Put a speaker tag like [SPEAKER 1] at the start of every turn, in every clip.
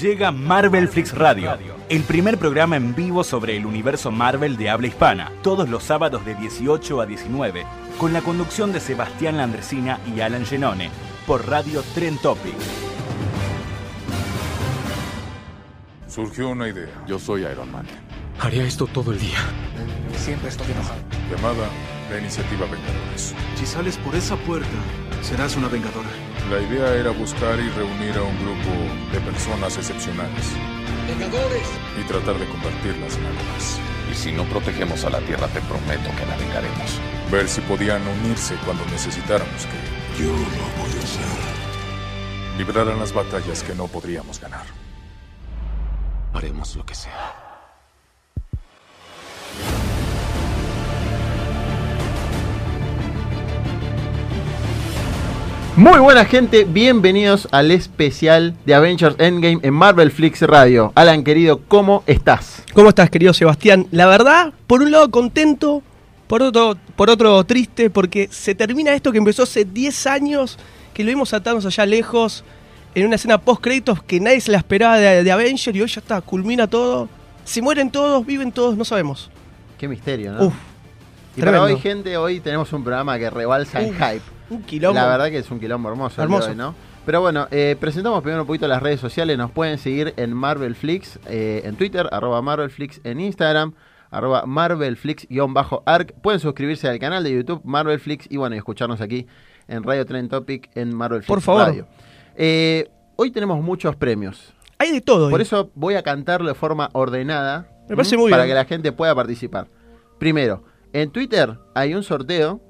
[SPEAKER 1] Llega Marvel Flix Radio, el primer programa en vivo sobre el universo Marvel de habla hispana, todos los sábados de 18 a 19, con la conducción de Sebastián Landresina y Alan Genone, por Radio Tren Topic.
[SPEAKER 2] Surgió una idea.
[SPEAKER 3] Yo soy Iron Man.
[SPEAKER 4] Haría esto todo el día.
[SPEAKER 5] Siempre estoy enojado.
[SPEAKER 2] Llamada la iniciativa Vengadores.
[SPEAKER 6] Si sales por esa puerta, serás una vengadora.
[SPEAKER 2] La idea era buscar y reunir a un grupo de personas excepcionales
[SPEAKER 5] ¡Vengadores!
[SPEAKER 2] y tratar de convertirlas en algo más.
[SPEAKER 3] Y si no protegemos a la Tierra, te prometo que la vengaremos.
[SPEAKER 2] Ver si podían unirse cuando necesitáramos que
[SPEAKER 7] Yo lo voy a hacer.
[SPEAKER 2] libraran las batallas que no podríamos ganar.
[SPEAKER 4] Haremos lo que sea.
[SPEAKER 8] Muy buena gente, bienvenidos al especial de Avengers Endgame en Marvel Flix Radio. Alan querido, ¿cómo estás?
[SPEAKER 9] ¿Cómo estás, querido Sebastián? La verdad, por un lado contento, por otro, por otro triste, porque se termina esto que empezó hace 10 años, que lo vimos atarnos allá lejos, en una escena post-créditos que nadie se la esperaba de, de Avenger y hoy ya está, culmina todo. Si mueren todos, viven todos, no sabemos.
[SPEAKER 8] Qué misterio, ¿no?
[SPEAKER 9] Uf,
[SPEAKER 8] y para
[SPEAKER 9] tremendo.
[SPEAKER 8] hoy, gente, hoy tenemos un programa que rebalsa el
[SPEAKER 9] Uf,
[SPEAKER 8] hype.
[SPEAKER 9] un quilombo.
[SPEAKER 8] La verdad que es un quilombo hermoso, el de
[SPEAKER 9] Hermoso.
[SPEAKER 8] hoy, ¿no? Pero bueno, eh, presentamos primero un poquito las redes sociales. Nos pueden seguir en Marvelflix, eh, en Twitter, arroba Marvelflix, en Instagram, arroba Marvelflix-arc. Pueden suscribirse al canal de YouTube Marvelflix y bueno, y escucharnos aquí en Radio Trend Topic en Marvelflix
[SPEAKER 9] Por favor.
[SPEAKER 8] Radio. Eh, hoy tenemos muchos premios.
[SPEAKER 9] Hay de todo. ¿eh?
[SPEAKER 8] Por
[SPEAKER 9] hoy.
[SPEAKER 8] eso voy a cantarlo de forma ordenada.
[SPEAKER 9] Me parece
[SPEAKER 8] ¿m?
[SPEAKER 9] muy
[SPEAKER 8] Para
[SPEAKER 9] bien.
[SPEAKER 8] que la gente pueda participar. Primero, en Twitter hay un sorteo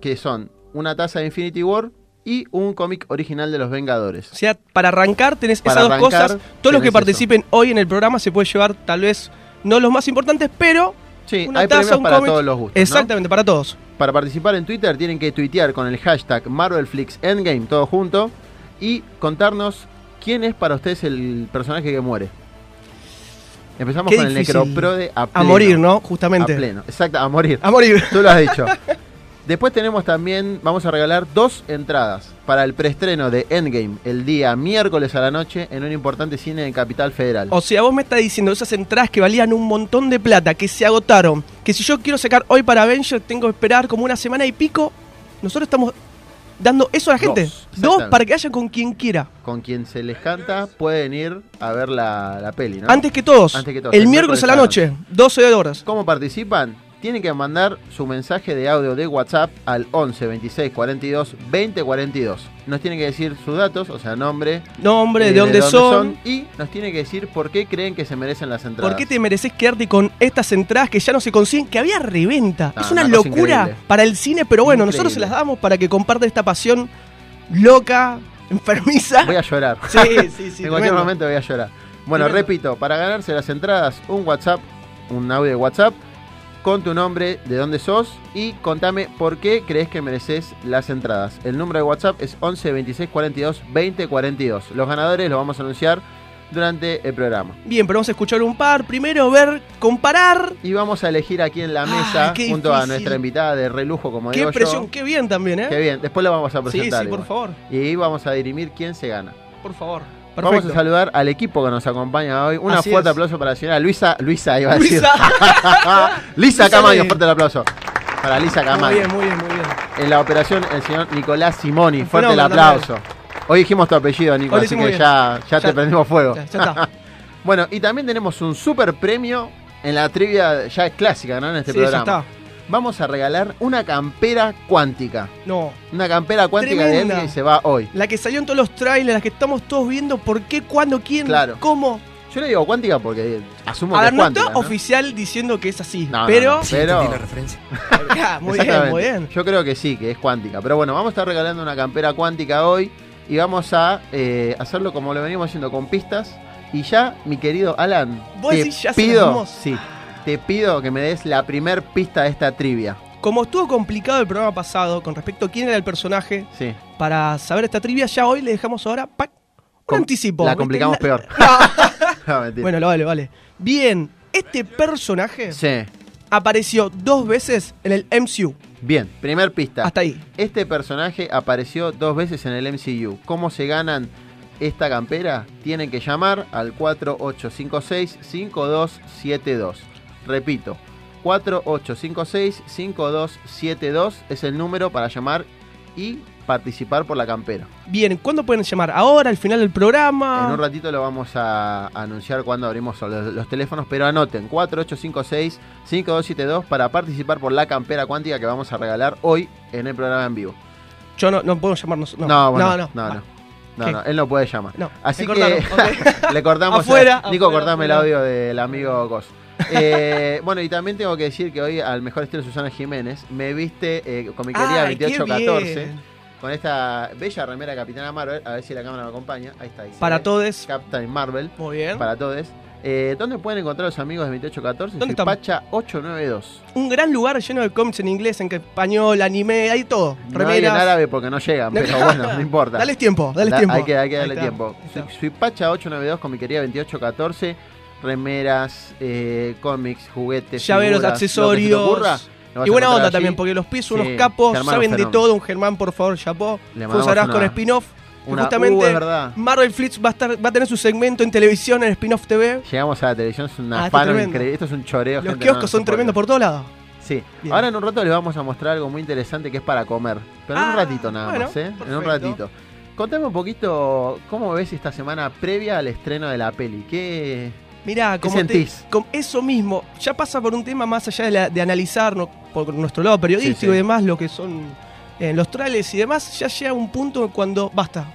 [SPEAKER 8] que son una taza de Infinity War y un cómic original de los Vengadores.
[SPEAKER 9] O sea, para arrancar tenés
[SPEAKER 8] Para
[SPEAKER 9] esas
[SPEAKER 8] arrancar,
[SPEAKER 9] dos cosas. Todos los
[SPEAKER 8] tenés
[SPEAKER 9] que participen hoy en el programa se puede llevar, tal vez, no los más importantes, pero
[SPEAKER 8] Sí,
[SPEAKER 9] una
[SPEAKER 8] hay
[SPEAKER 9] taza,
[SPEAKER 8] premios
[SPEAKER 9] un
[SPEAKER 8] para
[SPEAKER 9] cómic.
[SPEAKER 8] todos los gustos. ¿no?
[SPEAKER 9] Exactamente, para todos.
[SPEAKER 8] Para participar en Twitter tienen que tuitear con el hashtag MarvelFlixEndgame, todo junto, y contarnos quién es para ustedes el personaje que muere. Empezamos
[SPEAKER 9] Qué
[SPEAKER 8] con el
[SPEAKER 9] difícil.
[SPEAKER 8] Necroprode a
[SPEAKER 9] A
[SPEAKER 8] pleno,
[SPEAKER 9] morir, ¿no?
[SPEAKER 8] A
[SPEAKER 9] Justamente.
[SPEAKER 8] pleno, exacto, a morir.
[SPEAKER 9] A morir.
[SPEAKER 8] Tú lo has dicho. Después tenemos también, vamos a regalar dos entradas para el preestreno de Endgame el día miércoles a la noche en un importante cine de Capital Federal.
[SPEAKER 9] O sea, vos me estás diciendo esas entradas que valían un montón de plata, que se agotaron, que si yo quiero sacar hoy para Avengers tengo que esperar como una semana y pico. Nosotros estamos dando eso a la
[SPEAKER 8] Dos,
[SPEAKER 9] gente. Dos,
[SPEAKER 8] exactamente.
[SPEAKER 9] para que vayan con quien quiera.
[SPEAKER 8] Con quien se les canta pueden ir a ver la, la peli, ¿no?
[SPEAKER 9] Antes que todos.
[SPEAKER 8] Antes que todos,
[SPEAKER 9] El miércoles a la noche, 12 horas.
[SPEAKER 8] ¿Cómo participan? Tienen que mandar su mensaje de audio de WhatsApp al 11 26 42 20 42. Nos tienen que decir sus datos, o sea, nombre,
[SPEAKER 9] Nombre,
[SPEAKER 8] eh,
[SPEAKER 9] de, dónde, son.
[SPEAKER 8] y nos tienen que decir por qué creen que se merecen las entradas.
[SPEAKER 9] ¿Por qué te mereces quedarte con estas entradas que ya no se consiguen? Que había reventa.
[SPEAKER 8] Ah,
[SPEAKER 9] es una,
[SPEAKER 8] una cosa
[SPEAKER 9] locura
[SPEAKER 8] increíble.
[SPEAKER 9] para el cine, pero bueno, nosotros se
[SPEAKER 8] Increíble.
[SPEAKER 9] las damos para que compartan esta pasión loca, enfermiza.
[SPEAKER 8] Voy a llorar.
[SPEAKER 9] Sí, sí, sí.
[SPEAKER 8] en cualquier
[SPEAKER 9] tremendo.
[SPEAKER 8] momento voy a llorar. Bueno,
[SPEAKER 9] Tremendo.
[SPEAKER 8] repito, para ganarse las entradas, un WhatsApp, un audio de WhatsApp, con tu nombre, de dónde sos y contame por qué crees que mereces las entradas. El número de WhatsApp es 11 26 42 20 42. Los ganadores los vamos a anunciar durante el programa.
[SPEAKER 9] Bien, pero vamos a escuchar un par. Primero, ver, comparar.
[SPEAKER 8] Y vamos a elegir aquí en la
[SPEAKER 9] Ah,
[SPEAKER 8] mesa,
[SPEAKER 9] qué
[SPEAKER 8] junto a
[SPEAKER 9] difícil.
[SPEAKER 8] nuestra invitada de relujo, como
[SPEAKER 9] Qué
[SPEAKER 8] digo
[SPEAKER 9] presión,
[SPEAKER 8] yo.
[SPEAKER 9] qué bien también, ¿eh?
[SPEAKER 8] Qué bien, después la vamos a
[SPEAKER 9] sí,
[SPEAKER 8] presentar.
[SPEAKER 9] sí, por
[SPEAKER 8] igual.
[SPEAKER 9] favor,
[SPEAKER 8] Y vamos a dirimir quién se gana.
[SPEAKER 9] por favor.
[SPEAKER 8] Vamos a saludar al equipo que nos acompaña hoy. Un
[SPEAKER 9] Así
[SPEAKER 8] fuerte
[SPEAKER 9] es.
[SPEAKER 8] aplauso para la señora Luisa. Luisa, iba a decir.
[SPEAKER 9] Luisa.
[SPEAKER 8] Lisa
[SPEAKER 9] Luisa
[SPEAKER 8] Camaño,
[SPEAKER 9] Ley.
[SPEAKER 8] fuerte el aplauso. Para Lisa
[SPEAKER 9] muy
[SPEAKER 8] Camaño.
[SPEAKER 9] bien, muy bien, muy bien.
[SPEAKER 8] En la operación, el señor Nicolás Simoni.
[SPEAKER 9] Un
[SPEAKER 8] Fuerte el
[SPEAKER 9] fenómeno
[SPEAKER 8] aplauso. Hoy dijimos tu apellido, Nico,
[SPEAKER 9] Hoy
[SPEAKER 8] así
[SPEAKER 9] dijimos
[SPEAKER 8] que
[SPEAKER 9] bien.
[SPEAKER 8] ya, ya te
[SPEAKER 9] Ya-
[SPEAKER 8] prendimos fuego.
[SPEAKER 9] Ya, ya está.
[SPEAKER 8] Bueno, y también tenemos un super premio en la trivia ya clásica, ¿no? En este
[SPEAKER 9] sí, ya
[SPEAKER 8] programa.
[SPEAKER 9] está.
[SPEAKER 8] Vamos a regalar una campera cuántica.
[SPEAKER 9] No.
[SPEAKER 8] Una campera cuántica de
[SPEAKER 9] Tremenda.
[SPEAKER 8] Endgame se va hoy.
[SPEAKER 9] La que salió en todos los trailers, la que estamos todos viendo, por qué, cuándo, quién,
[SPEAKER 8] Claro.
[SPEAKER 9] cómo.
[SPEAKER 8] Yo le digo cuántica porque asumo
[SPEAKER 9] A
[SPEAKER 8] que es
[SPEAKER 9] ver, no
[SPEAKER 8] cuántica.
[SPEAKER 9] está
[SPEAKER 8] ¿no?
[SPEAKER 9] oficial diciendo que es así,
[SPEAKER 8] No, no,
[SPEAKER 9] pero.
[SPEAKER 8] no. Pero-
[SPEAKER 4] entendí la referencia.
[SPEAKER 9] Ah, muy bien, muy
[SPEAKER 8] Exactamente.
[SPEAKER 9] bien.
[SPEAKER 8] Yo creo que sí, que es cuántica. Pero bueno, vamos a estar regalando una campera cuántica hoy y vamos a eh, hacerlo como lo venimos haciendo con pistas Y ya, mi querido Alan,
[SPEAKER 9] ¿Vos
[SPEAKER 8] te
[SPEAKER 9] decís ya se las
[SPEAKER 8] pido,
[SPEAKER 9] dimos?
[SPEAKER 8] sí, te pido que me des la primer pista de esta trivia.
[SPEAKER 9] Como estuvo complicado el programa pasado con respecto a quién era el personaje,
[SPEAKER 8] Sí.
[SPEAKER 9] para saber esta trivia, ya hoy le dejamos ahora pac, un
[SPEAKER 8] Com-
[SPEAKER 9] anticipo.
[SPEAKER 8] La
[SPEAKER 9] ¿viste?
[SPEAKER 8] complicamos
[SPEAKER 9] La-
[SPEAKER 8] peor. No, mentira.
[SPEAKER 9] Bueno, lo vale, vale. Bien, este personaje
[SPEAKER 8] Sí.
[SPEAKER 9] apareció dos veces en el MCU.
[SPEAKER 8] Bien, primer pista.
[SPEAKER 9] Hasta ahí.
[SPEAKER 8] Este personaje apareció dos veces en el MCU. ¿Cómo se ganan esta campera? Tienen que llamar al 4856-5272. Repito, 4856-5272 es el número para llamar y participar por la campera.
[SPEAKER 9] Bien, ¿cuándo pueden llamar? ¿Ahora? ¿Al final del programa?
[SPEAKER 8] En un ratito lo vamos a anunciar cuando abrimos los, los teléfonos, pero anoten 4856-5272 para participar por la campera cuántica que vamos a regalar hoy en el programa en vivo.
[SPEAKER 9] Yo no, no puedo llamarnos. No,
[SPEAKER 8] No, bueno,
[SPEAKER 9] no, no.
[SPEAKER 8] no, no. No,
[SPEAKER 9] ¿Qué?
[SPEAKER 8] no, él no puede llamar.
[SPEAKER 9] No,
[SPEAKER 8] Así
[SPEAKER 9] me
[SPEAKER 8] que
[SPEAKER 9] cortaron, ok.
[SPEAKER 8] le cortamos.
[SPEAKER 9] Afuera,
[SPEAKER 8] a- Nico,
[SPEAKER 9] afuera,
[SPEAKER 8] cortame el
[SPEAKER 9] afuera.
[SPEAKER 8] audio del amigo Goss. Eh, bueno, y también tengo que decir que hoy al mejor estilo Susana Jiménez me viste eh, con mi querida
[SPEAKER 9] Ay, qué
[SPEAKER 8] 2814
[SPEAKER 9] bien.
[SPEAKER 8] con esta bella remera de Capitana Marvel, a ver si la cámara me acompaña. Ahí está. ahí se
[SPEAKER 9] Para
[SPEAKER 8] ve.
[SPEAKER 9] todos.
[SPEAKER 8] Captain Marvel,
[SPEAKER 9] Muy bien.
[SPEAKER 8] para todos. Eh, ¿Dónde pueden encontrar los amigos de 2814?
[SPEAKER 9] ¿Dónde están?
[SPEAKER 8] Pacha 892.
[SPEAKER 9] Un gran lugar lleno de cómics en inglés, en español, anime, hay todo.
[SPEAKER 8] No hay en
[SPEAKER 9] Remeras.
[SPEAKER 8] árabe porque no llegan, pero bueno, no importa.
[SPEAKER 9] Dales tiempo, dales
[SPEAKER 8] Da-
[SPEAKER 9] tiempo.
[SPEAKER 8] Hay que, hay que
[SPEAKER 9] Ahí
[SPEAKER 8] darle
[SPEAKER 9] está,
[SPEAKER 8] tiempo.
[SPEAKER 9] ahí está.
[SPEAKER 8] Su- Suipacha 892 con mi querida 2814. Remeras, eh, cómics, juguetes,
[SPEAKER 9] Llaveros,
[SPEAKER 8] figuras,
[SPEAKER 9] accesorios.
[SPEAKER 8] lo que se te ocurra, lo vas
[SPEAKER 9] Y
[SPEAKER 8] a
[SPEAKER 9] buena
[SPEAKER 8] encontrar
[SPEAKER 9] onda
[SPEAKER 8] allí.
[SPEAKER 9] también, porque los pies son
[SPEAKER 8] Sí,
[SPEAKER 9] unos capos,
[SPEAKER 8] Germán
[SPEAKER 9] saben de
[SPEAKER 8] Fenómeno.
[SPEAKER 9] todo. Un Germán, por favor, chapó.
[SPEAKER 8] Le mandamos
[SPEAKER 9] Fusarás
[SPEAKER 8] una-
[SPEAKER 9] con spin-off. que
[SPEAKER 8] una-
[SPEAKER 9] Justamente,
[SPEAKER 8] uh, es verdad.
[SPEAKER 9] Marvel Flits va a, estar, va a tener su segmento en televisión, en spin-off TV.
[SPEAKER 8] Llegamos a la televisión, es
[SPEAKER 9] Ah,
[SPEAKER 8] una
[SPEAKER 9] está
[SPEAKER 8] fan
[SPEAKER 9] tremendo.
[SPEAKER 8] increíble. Esto es un choreo.
[SPEAKER 9] Los
[SPEAKER 8] gente,
[SPEAKER 9] kioscos
[SPEAKER 8] no, no se
[SPEAKER 9] son
[SPEAKER 8] puede
[SPEAKER 9] tremendos por todos lados.
[SPEAKER 8] creer. Sí.
[SPEAKER 9] Bien.
[SPEAKER 8] Ahora en un rato les vamos a mostrar algo muy interesante que es para comer. Pero en
[SPEAKER 9] Ah,
[SPEAKER 8] un ratito nada
[SPEAKER 9] bueno,
[SPEAKER 8] más, ¿eh? En un
[SPEAKER 9] perfecto.
[SPEAKER 8] ratito. Contame un poquito cómo ves esta semana previa al estreno de la peli. ¿Qué,
[SPEAKER 9] Mirá,
[SPEAKER 8] ¿Qué
[SPEAKER 9] como te-
[SPEAKER 8] sentís?
[SPEAKER 9] com- eso mismo, ya pasa por un tema más allá de, la- de analizar no- por nuestro lado periodístico
[SPEAKER 8] Sí, sí.
[SPEAKER 9] y demás, lo que son eh, los trales y demás, ya llega un punto cuando basta.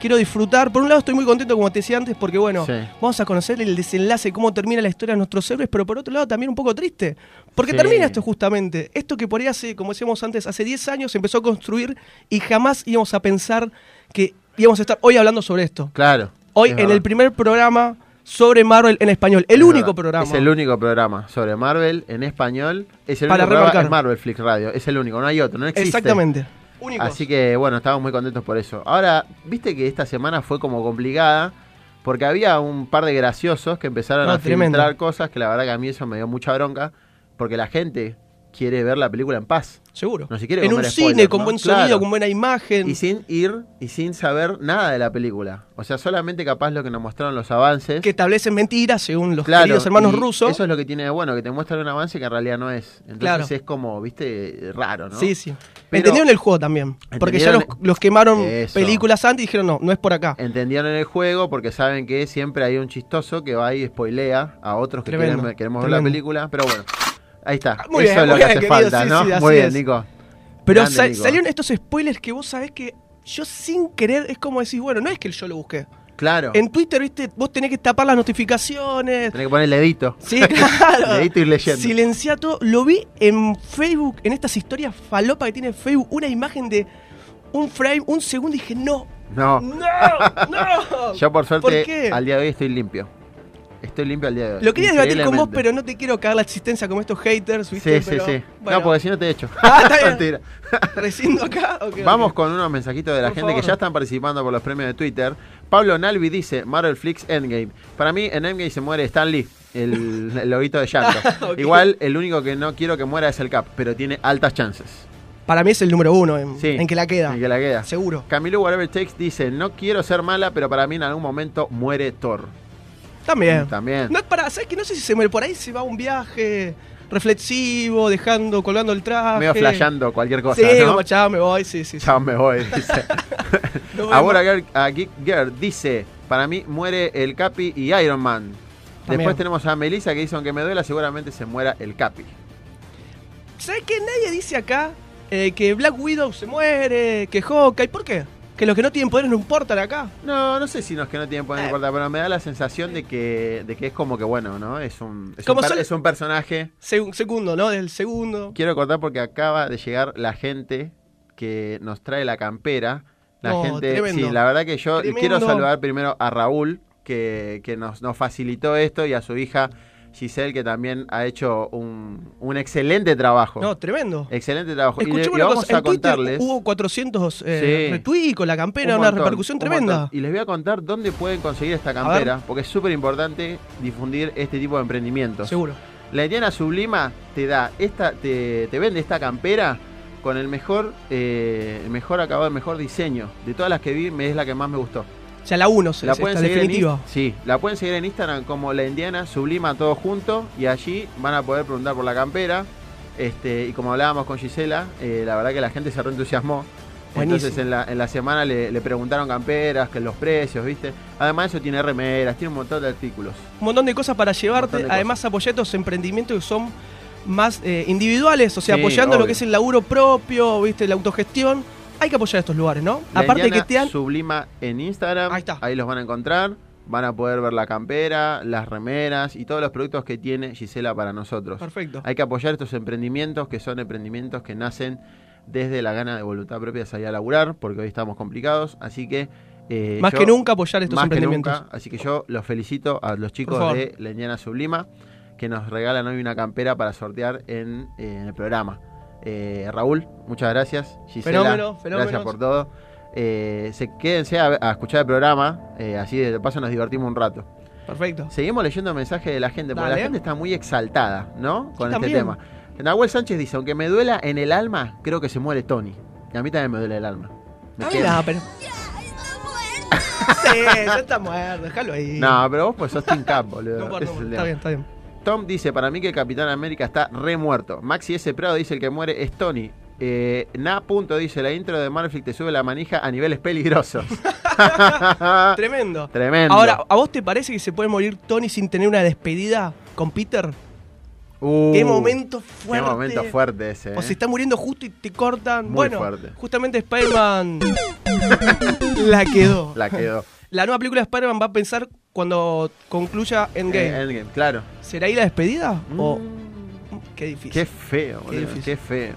[SPEAKER 9] Quiero disfrutar. Por un lado estoy muy contento, como te decía antes, porque bueno,
[SPEAKER 8] Sí.
[SPEAKER 9] vamos a conocer el desenlace, cómo termina la historia de nuestros héroes, pero por otro lado también un poco triste. Porque
[SPEAKER 8] Sí.
[SPEAKER 9] termina esto justamente. Esto que por ahí hace, como decíamos antes, hace 10 años se empezó a construir y jamás íbamos a pensar que íbamos a estar hoy hablando sobre esto.
[SPEAKER 8] Claro.
[SPEAKER 9] Hoy
[SPEAKER 8] es
[SPEAKER 9] en
[SPEAKER 8] verdad.
[SPEAKER 9] el primer programa sobre Marvel en español. El
[SPEAKER 8] Es
[SPEAKER 9] único
[SPEAKER 8] verdad.
[SPEAKER 9] programa.
[SPEAKER 8] Es el único programa sobre Marvel en español. Es el
[SPEAKER 9] Para
[SPEAKER 8] único programa,
[SPEAKER 9] remarcar.
[SPEAKER 8] es Marvel Flix Radio. Es el único, no hay otro, no existe.
[SPEAKER 9] Exactamente. Único.
[SPEAKER 8] Así que bueno, estábamos muy contentos por eso. Ahora, viste que esta semana fue como complicada porque había un par de graciosos que empezaron
[SPEAKER 9] No,
[SPEAKER 8] a
[SPEAKER 9] Ah, tremendo.
[SPEAKER 8] filtrar cosas que la verdad que a mí eso me dio mucha bronca porque la gente quiere ver la película en paz
[SPEAKER 9] Seguro.
[SPEAKER 8] No se quiere
[SPEAKER 9] en un
[SPEAKER 8] comer
[SPEAKER 9] cine,
[SPEAKER 8] spoilers,
[SPEAKER 9] con
[SPEAKER 8] ¿no?
[SPEAKER 9] buen
[SPEAKER 8] Claro.
[SPEAKER 9] sonido, con buena imagen.
[SPEAKER 8] y sin ir y sin saber nada de la película. O sea, solamente capaz lo que nos mostraron los avances.
[SPEAKER 9] Que establecen mentiras según los
[SPEAKER 8] Claro,
[SPEAKER 9] queridos hermanos
[SPEAKER 8] y
[SPEAKER 9] rusos.
[SPEAKER 8] Eso es lo que tiene de bueno, que te muestran un avance que en realidad no es. Entonces
[SPEAKER 9] Claro.
[SPEAKER 8] es como, viste, raro, ¿no?
[SPEAKER 9] Sí, sí.
[SPEAKER 8] Pero-
[SPEAKER 9] Entendieron el juego también. Porque ya los,
[SPEAKER 8] Entendieron-
[SPEAKER 9] los quemaron
[SPEAKER 8] Eso.
[SPEAKER 9] películas antes y dijeron, no, no es por acá.
[SPEAKER 8] Entendieron el juego porque saben que siempre hay un chistoso que va y spoilea a otros que
[SPEAKER 9] Tremendo,
[SPEAKER 8] quieren- queremos ver la
[SPEAKER 9] tremendo. Ah,
[SPEAKER 8] película. Pero bueno, ahí está.
[SPEAKER 9] Muy
[SPEAKER 8] eso es
[SPEAKER 9] bien,
[SPEAKER 8] lo
[SPEAKER 9] muy
[SPEAKER 8] que
[SPEAKER 9] bien,
[SPEAKER 8] hace
[SPEAKER 9] querido,
[SPEAKER 8] falta,
[SPEAKER 9] sí,
[SPEAKER 8] ¿no?
[SPEAKER 9] sí, así
[SPEAKER 8] muy bien,
[SPEAKER 9] es.
[SPEAKER 8] Nico.
[SPEAKER 9] Pero
[SPEAKER 8] Grande,
[SPEAKER 9] sal-
[SPEAKER 8] Nico.
[SPEAKER 9] salieron estos spoilers que vos sabés que yo sin querer es como decís, bueno, no es que yo lo busqué.
[SPEAKER 8] Claro.
[SPEAKER 9] En Twitter, viste, vos tenés que tapar las notificaciones,
[SPEAKER 8] Tenés que poner el dedito.
[SPEAKER 9] Sí, claro.
[SPEAKER 8] Dedito y leyendo.
[SPEAKER 9] Silencia todo. Lo vi en Facebook, en estas historias falopa que tiene Facebook, una imagen de un frame, un segundo, y dije, no,
[SPEAKER 8] No.
[SPEAKER 9] no, no.
[SPEAKER 8] Yo por
[SPEAKER 9] ¿Por
[SPEAKER 8] suerte
[SPEAKER 9] qué?
[SPEAKER 8] al día de hoy estoy limpio. Estoy limpio al día de hoy.
[SPEAKER 9] Lo quería debatir con vos,
[SPEAKER 8] Increíblemente.
[SPEAKER 9] pero no te quiero cagar la existencia como estos haters, ¿viste?
[SPEAKER 8] Sí, sí,
[SPEAKER 9] Pero,
[SPEAKER 8] sí.
[SPEAKER 9] bueno,
[SPEAKER 8] No, porque si no te echo.
[SPEAKER 9] Ah, está bien.
[SPEAKER 8] Mentira.
[SPEAKER 9] resindo acá. ok, ok.
[SPEAKER 8] Vamos con unos mensajitos de la
[SPEAKER 9] Por
[SPEAKER 8] gente que
[SPEAKER 9] favor.
[SPEAKER 8] ya están participando por los premios de Twitter. Pablo Nalvi dice, Marvel Flix Endgame. Para mí en Endgame se muere Stan Lee, el, el loguito de llanto.
[SPEAKER 9] ok.
[SPEAKER 8] Igual el único que no quiero que muera es el Cap, pero tiene altas chances.
[SPEAKER 9] Para mí es el número uno en,
[SPEAKER 8] Sí,
[SPEAKER 9] en que la queda.
[SPEAKER 8] en que la queda.
[SPEAKER 9] Seguro.
[SPEAKER 8] Camilo Whatever Takes dice, no quiero ser mala, pero para mí en algún momento muere Thor.
[SPEAKER 9] También.
[SPEAKER 8] También.
[SPEAKER 9] No, para, ¿sabes que No sé si se muere. Por ahí se va a un viaje reflexivo, dejando, colgando el traje.
[SPEAKER 8] Medio flasheando cualquier cosa,
[SPEAKER 9] Sí,
[SPEAKER 8] ¿no?
[SPEAKER 9] como chao, me voy, sí, sí. sí.
[SPEAKER 8] Ya me voy, dice.
[SPEAKER 9] Nos vemos.
[SPEAKER 8] Ahora Girl, a Geek Girl dice, para mí muere el Capi y Iron Man.
[SPEAKER 9] También.
[SPEAKER 8] Después tenemos a Melissa que dice, aunque me duela, seguramente se muera el Capi.
[SPEAKER 9] ¿Sabes que Nadie dice acá eh, que Black Widow se muere, que Hawkeye. ¿Por qué? Que los que no tienen poderes no importan acá.
[SPEAKER 8] No, no sé si no es que no tienen
[SPEAKER 9] Eh.
[SPEAKER 8] poder importar, pero me da la sensación de que, de que es como que bueno, ¿no? Es un, es un,
[SPEAKER 9] Como
[SPEAKER 8] per-
[SPEAKER 9] son-
[SPEAKER 8] es un personaje.
[SPEAKER 9] Segu- segundo, ¿no? Del segundo.
[SPEAKER 8] Quiero contar porque acaba de llegar la gente que nos trae la campera. La
[SPEAKER 9] No,
[SPEAKER 8] gente.
[SPEAKER 9] Oh, tremendo.
[SPEAKER 8] Sí, la verdad que yo
[SPEAKER 9] Tremendo.
[SPEAKER 8] quiero saludar primero a Raúl, que, que nos, nos facilitó esto, y a su hija Giselle, que también ha hecho un, un excelente trabajo.
[SPEAKER 9] No, tremendo.
[SPEAKER 8] excelente trabajo. Eh, Y, le-
[SPEAKER 9] Escuchemos
[SPEAKER 8] y
[SPEAKER 9] una
[SPEAKER 8] vamos
[SPEAKER 9] cosa,
[SPEAKER 8] a
[SPEAKER 9] en Twitter
[SPEAKER 8] contarles.
[SPEAKER 9] hubo 400
[SPEAKER 8] Sí.
[SPEAKER 9] eh, retweets con la campera,
[SPEAKER 8] un
[SPEAKER 9] una
[SPEAKER 8] montón,
[SPEAKER 9] repercusión
[SPEAKER 8] un
[SPEAKER 9] tremenda.
[SPEAKER 8] montón. Y les voy a contar dónde pueden conseguir esta campera, porque es súper importante difundir este tipo de emprendimientos.
[SPEAKER 9] Seguro.
[SPEAKER 8] La Indiana Sublima te da esta, te, te vende esta campera con el mejor, eh, el mejor acabado, el mejor diseño. De todas las que vi, me- es la que más me gustó.
[SPEAKER 9] O sea, la 1, se
[SPEAKER 8] la pueden seguir en
[SPEAKER 9] definitiva.
[SPEAKER 8] Inst- sí, la pueden seguir en Instagram como la Indiana Sublima todo junto y allí van a poder preguntar por la campera. Este, y como hablábamos con Gisela, eh, la verdad que la gente se reentusiasmó. Entonces
[SPEAKER 9] Buenísimo.
[SPEAKER 8] en la, en la semana le, le preguntaron camperas, que los precios, ¿viste? Además eso tiene remeras, tiene un montón de artículos.
[SPEAKER 9] Un montón de cosas para llevarte.
[SPEAKER 8] montón de cosas.
[SPEAKER 9] Además, apoyar estos emprendimientos que son más eh, individuales, o sea,
[SPEAKER 8] Sí,
[SPEAKER 9] apoyando
[SPEAKER 8] obvio.
[SPEAKER 9] lo que es el laburo propio, viste, la autogestión. Hay que apoyar estos lugares, ¿no?
[SPEAKER 8] La
[SPEAKER 9] Aparte de que
[SPEAKER 8] Indiana
[SPEAKER 9] este te dan.
[SPEAKER 8] Sublima en Instagram,
[SPEAKER 9] Ahí está.
[SPEAKER 8] ahí los van a encontrar, van a poder ver la campera, las remeras y todos los productos que tiene Gisela para nosotros.
[SPEAKER 9] Perfecto.
[SPEAKER 8] Hay que apoyar estos emprendimientos que son emprendimientos que nacen desde la gana de voluntad propia de salir a laburar, porque hoy estamos complicados, así que... eh,
[SPEAKER 9] Más
[SPEAKER 8] yo-
[SPEAKER 9] que nunca apoyar estos
[SPEAKER 8] más que
[SPEAKER 9] emprendimientos.
[SPEAKER 8] nunca, así que yo los felicito a los
[SPEAKER 9] Por
[SPEAKER 8] chicos
[SPEAKER 9] favor.
[SPEAKER 8] de La Indiana Sublima, que nos regalan hoy una campera para sortear en, eh, en el programa. Eh, Raúl, muchas gracias. Gisela,
[SPEAKER 9] Fenómeno, fenómeno.
[SPEAKER 8] gracias por todo. Eh, se, quédense a, a escuchar el programa, eh, así de paso nos divertimos un rato.
[SPEAKER 9] Perfecto. Ah,
[SPEAKER 8] Seguimos leyendo mensajes de la gente, porque
[SPEAKER 9] Dale.
[SPEAKER 8] la gente está muy exaltada, ¿no? Con este
[SPEAKER 9] también.
[SPEAKER 8] tema. Nahuel Sánchez dice, aunque me duela en el alma, creo que se muere Tony. Y a mí también me duele el alma. Me
[SPEAKER 9] Habla,
[SPEAKER 8] quema.
[SPEAKER 9] pero. Sí, ya está muerto, déjalo ahí.
[SPEAKER 8] No, pero vos pues sos Team Cap, boludo.
[SPEAKER 9] No, por-
[SPEAKER 8] Ese es el
[SPEAKER 9] no, está
[SPEAKER 8] tema.
[SPEAKER 9] bien, está bien.
[SPEAKER 8] Tom dice, para mí que el Capitán América está re muerto. Maxi S. Prado dice, el que muere es Tony. Eh, Na. Punto dice, la intro de Marflick te sube la manija a niveles peligrosos.
[SPEAKER 9] Tremendo.
[SPEAKER 8] Ah, Tremendo.
[SPEAKER 9] Ahora, ¿a vos te parece que se puede morir Tony sin tener una despedida con Peter?
[SPEAKER 8] Uh,
[SPEAKER 9] qué momento fuerte.
[SPEAKER 8] Qué momento fuerte ese.
[SPEAKER 9] O se
[SPEAKER 8] eh.
[SPEAKER 9] está muriendo justo y te cortan.
[SPEAKER 8] Muy
[SPEAKER 9] bueno,
[SPEAKER 8] fuerte.
[SPEAKER 9] justamente Spider-Man la quedó. La...
[SPEAKER 8] La quedó.
[SPEAKER 9] nueva película de Spider-Man va a pensar cuando concluya Endgame.
[SPEAKER 8] Eh, Endgame, claro.
[SPEAKER 9] ¿Será ahí la despedida? O...
[SPEAKER 8] Mm.
[SPEAKER 9] Qué difícil.
[SPEAKER 8] Qué feo,
[SPEAKER 9] Qué
[SPEAKER 8] boludo. Qué,
[SPEAKER 9] difícil.
[SPEAKER 8] feo.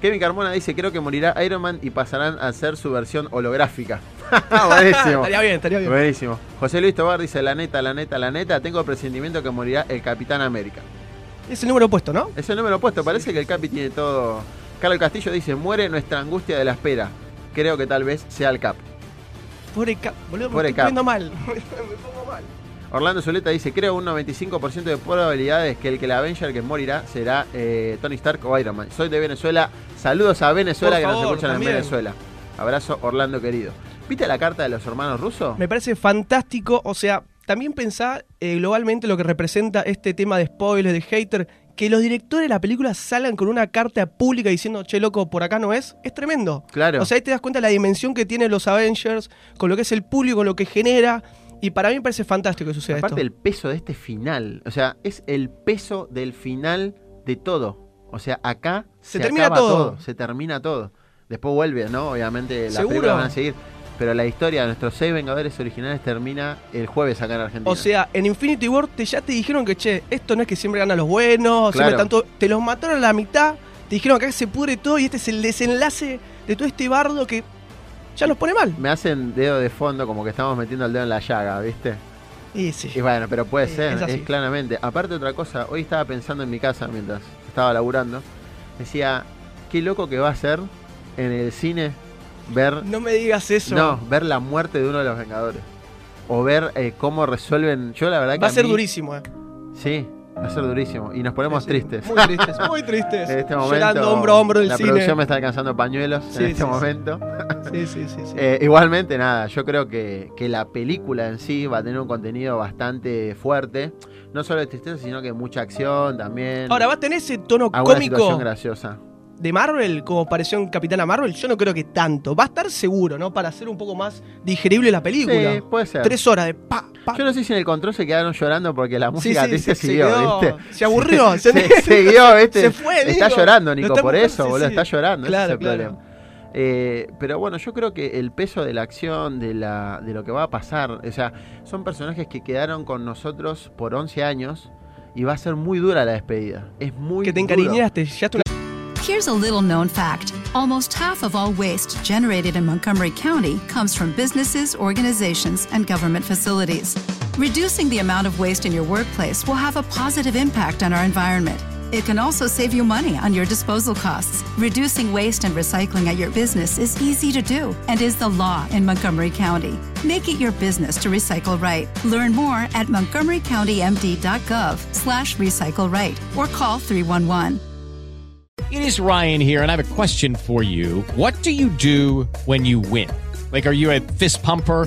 [SPEAKER 8] Kevin Carmona dice, creo que morirá Iron Man y pasarán a hacer su versión holográfica. Buenísimo.
[SPEAKER 9] Ah, estaría bien, estaría bien.
[SPEAKER 8] Buenísimo. José Luis Tobar dice, la neta, la neta, la neta, tengo el presentimiento que morirá el Capitán América.
[SPEAKER 9] Es el número opuesto, ¿no?
[SPEAKER 8] Es el número opuesto, parece que el Capi tiene todo. Carlos Castillo dice, muere nuestra angustia de la espera. Creo que tal vez sea el Cap.
[SPEAKER 9] Pobre Cap. Boludo, me
[SPEAKER 8] Pobre
[SPEAKER 9] estoy
[SPEAKER 8] Cap.
[SPEAKER 9] poniendo mal. me pongo mal.
[SPEAKER 8] Orlando Zuleta dice, creo un 95% de probabilidades que el que la Avenger que morirá será eh, Tony Stark o Iron Man. Soy de Venezuela. Saludos a Venezuela
[SPEAKER 9] Por
[SPEAKER 8] que nos
[SPEAKER 9] favor,
[SPEAKER 8] escuchan
[SPEAKER 9] también.
[SPEAKER 8] en Venezuela. Abrazo, Orlando querido. ¿Viste la carta de los hermanos rusos?
[SPEAKER 9] Me parece fantástico. O sea, también pensá eh, globalmente lo que representa este tema de spoilers, de hater. Que los directores de la película salgan con una carta pública diciendo, che, loco, por acá no es, es tremendo.
[SPEAKER 8] Claro.
[SPEAKER 9] O sea, ahí te das cuenta de la dimensión que tienen los Avengers, con lo que es el público, con lo que genera. Y para mí me parece fantástico que suceda
[SPEAKER 8] Aparte
[SPEAKER 9] esto.
[SPEAKER 8] el peso de este final. O sea, es el peso del final de todo. O sea, acá
[SPEAKER 9] Se termina
[SPEAKER 8] acaba
[SPEAKER 9] todo.
[SPEAKER 8] Se termina todo. Después vuelve, ¿no? Obviamente las
[SPEAKER 9] Seguro.
[SPEAKER 8] películas van a seguir. Pero la historia de nuestros seis Vengadores originales termina el jueves acá en Argentina.
[SPEAKER 9] O sea, en Infinity War te- ya te dijeron que, che, esto no es que siempre ganan los buenos,
[SPEAKER 8] Claro.
[SPEAKER 9] siempre tanto. Te los mataron a la mitad, te dijeron que acá se pudre todo y este es el desenlace de todo este bardo que ya los pone mal.
[SPEAKER 8] Me hacen dedo de fondo como que estamos metiendo el dedo en la llaga, ¿viste?
[SPEAKER 9] Y sí.
[SPEAKER 8] Y bueno, pero puede
[SPEAKER 9] Sí,
[SPEAKER 8] ser, es,
[SPEAKER 9] es así.
[SPEAKER 8] claramente. Aparte otra cosa, hoy estaba pensando en mi casa mientras estaba laburando. Decía, qué loco que va a ser en el cine ver
[SPEAKER 9] No me digas eso.
[SPEAKER 8] no, ver la muerte de uno de los Vengadores o ver eh, cómo resuelven. Yo la verdad que
[SPEAKER 9] Va a ser
[SPEAKER 8] mí-
[SPEAKER 9] durísimo, eh.
[SPEAKER 8] Sí, va a ser durísimo y nos ponemos
[SPEAKER 9] Sí, sí.
[SPEAKER 8] tristes.
[SPEAKER 9] Muy tristes, muy tristes.
[SPEAKER 8] En este momento,
[SPEAKER 9] Llorando hombro a hombro del
[SPEAKER 8] la
[SPEAKER 9] cine.
[SPEAKER 8] producción me está alcanzando pañuelos
[SPEAKER 9] Sí,
[SPEAKER 8] en
[SPEAKER 9] sí,
[SPEAKER 8] este
[SPEAKER 9] sí.
[SPEAKER 8] momento.
[SPEAKER 9] Sí, sí, sí, sí.
[SPEAKER 8] Eh, igualmente, nada, yo creo que, que la película en sí va a tener un contenido bastante fuerte. No solo de tristeza, sino que mucha acción también.
[SPEAKER 9] Ahora, ¿va a tener ese tono
[SPEAKER 8] alguna situación
[SPEAKER 9] cómico
[SPEAKER 8] graciosa.
[SPEAKER 9] de Marvel, como pareció en Capitana Marvel? Yo no creo que tanto. Va a estar seguro, ¿no? Para hacer un poco más digerible la película.
[SPEAKER 8] Sí, puede ser.
[SPEAKER 9] Tres horas de pa, pa.
[SPEAKER 8] Ah. Yo no sé si en el control se quedaron llorando porque la música
[SPEAKER 9] sí,
[SPEAKER 8] triste
[SPEAKER 9] se- se
[SPEAKER 8] siguió,
[SPEAKER 9] quedó-
[SPEAKER 8] ¿viste?
[SPEAKER 9] se aburrió,
[SPEAKER 8] se,
[SPEAKER 9] se-
[SPEAKER 8] siguió, ¿viste?
[SPEAKER 9] se fue,
[SPEAKER 8] Está
[SPEAKER 9] digo.
[SPEAKER 8] llorando,
[SPEAKER 9] No
[SPEAKER 8] Nico,
[SPEAKER 9] está
[SPEAKER 8] por
[SPEAKER 9] buscando-
[SPEAKER 8] eso,
[SPEAKER 9] sí,
[SPEAKER 8] boludo,
[SPEAKER 9] sí.
[SPEAKER 8] está llorando, ese
[SPEAKER 9] Claro,
[SPEAKER 8] es el
[SPEAKER 9] claro.
[SPEAKER 8] problema. Eh, pero bueno, yo creo que el peso de la acción, de, la, de lo que va a pasar, o sea, son personajes que quedaron con nosotros por 11 años y va a ser muy dura la despedida. Es muy
[SPEAKER 9] que te
[SPEAKER 8] duro.
[SPEAKER 9] encariñaste, ya está una
[SPEAKER 10] Here's a little known fact almost half of all waste generated in Montgomery County comes from businesses, organizations, and government facilities. Reducing the amount of waste in your workplace will have a positive impact on our environment. It can also save you money on your disposal costs. Reducing waste and recycling at your business is easy to do and is the law in Montgomery County. Make it your business to recycle right. Learn more at montgomerycountymd.gov slash recycle right or call 311.
[SPEAKER 11] It is Ryan here, and I have a question for you. What do you do when you win? Like, are you a fist pumper?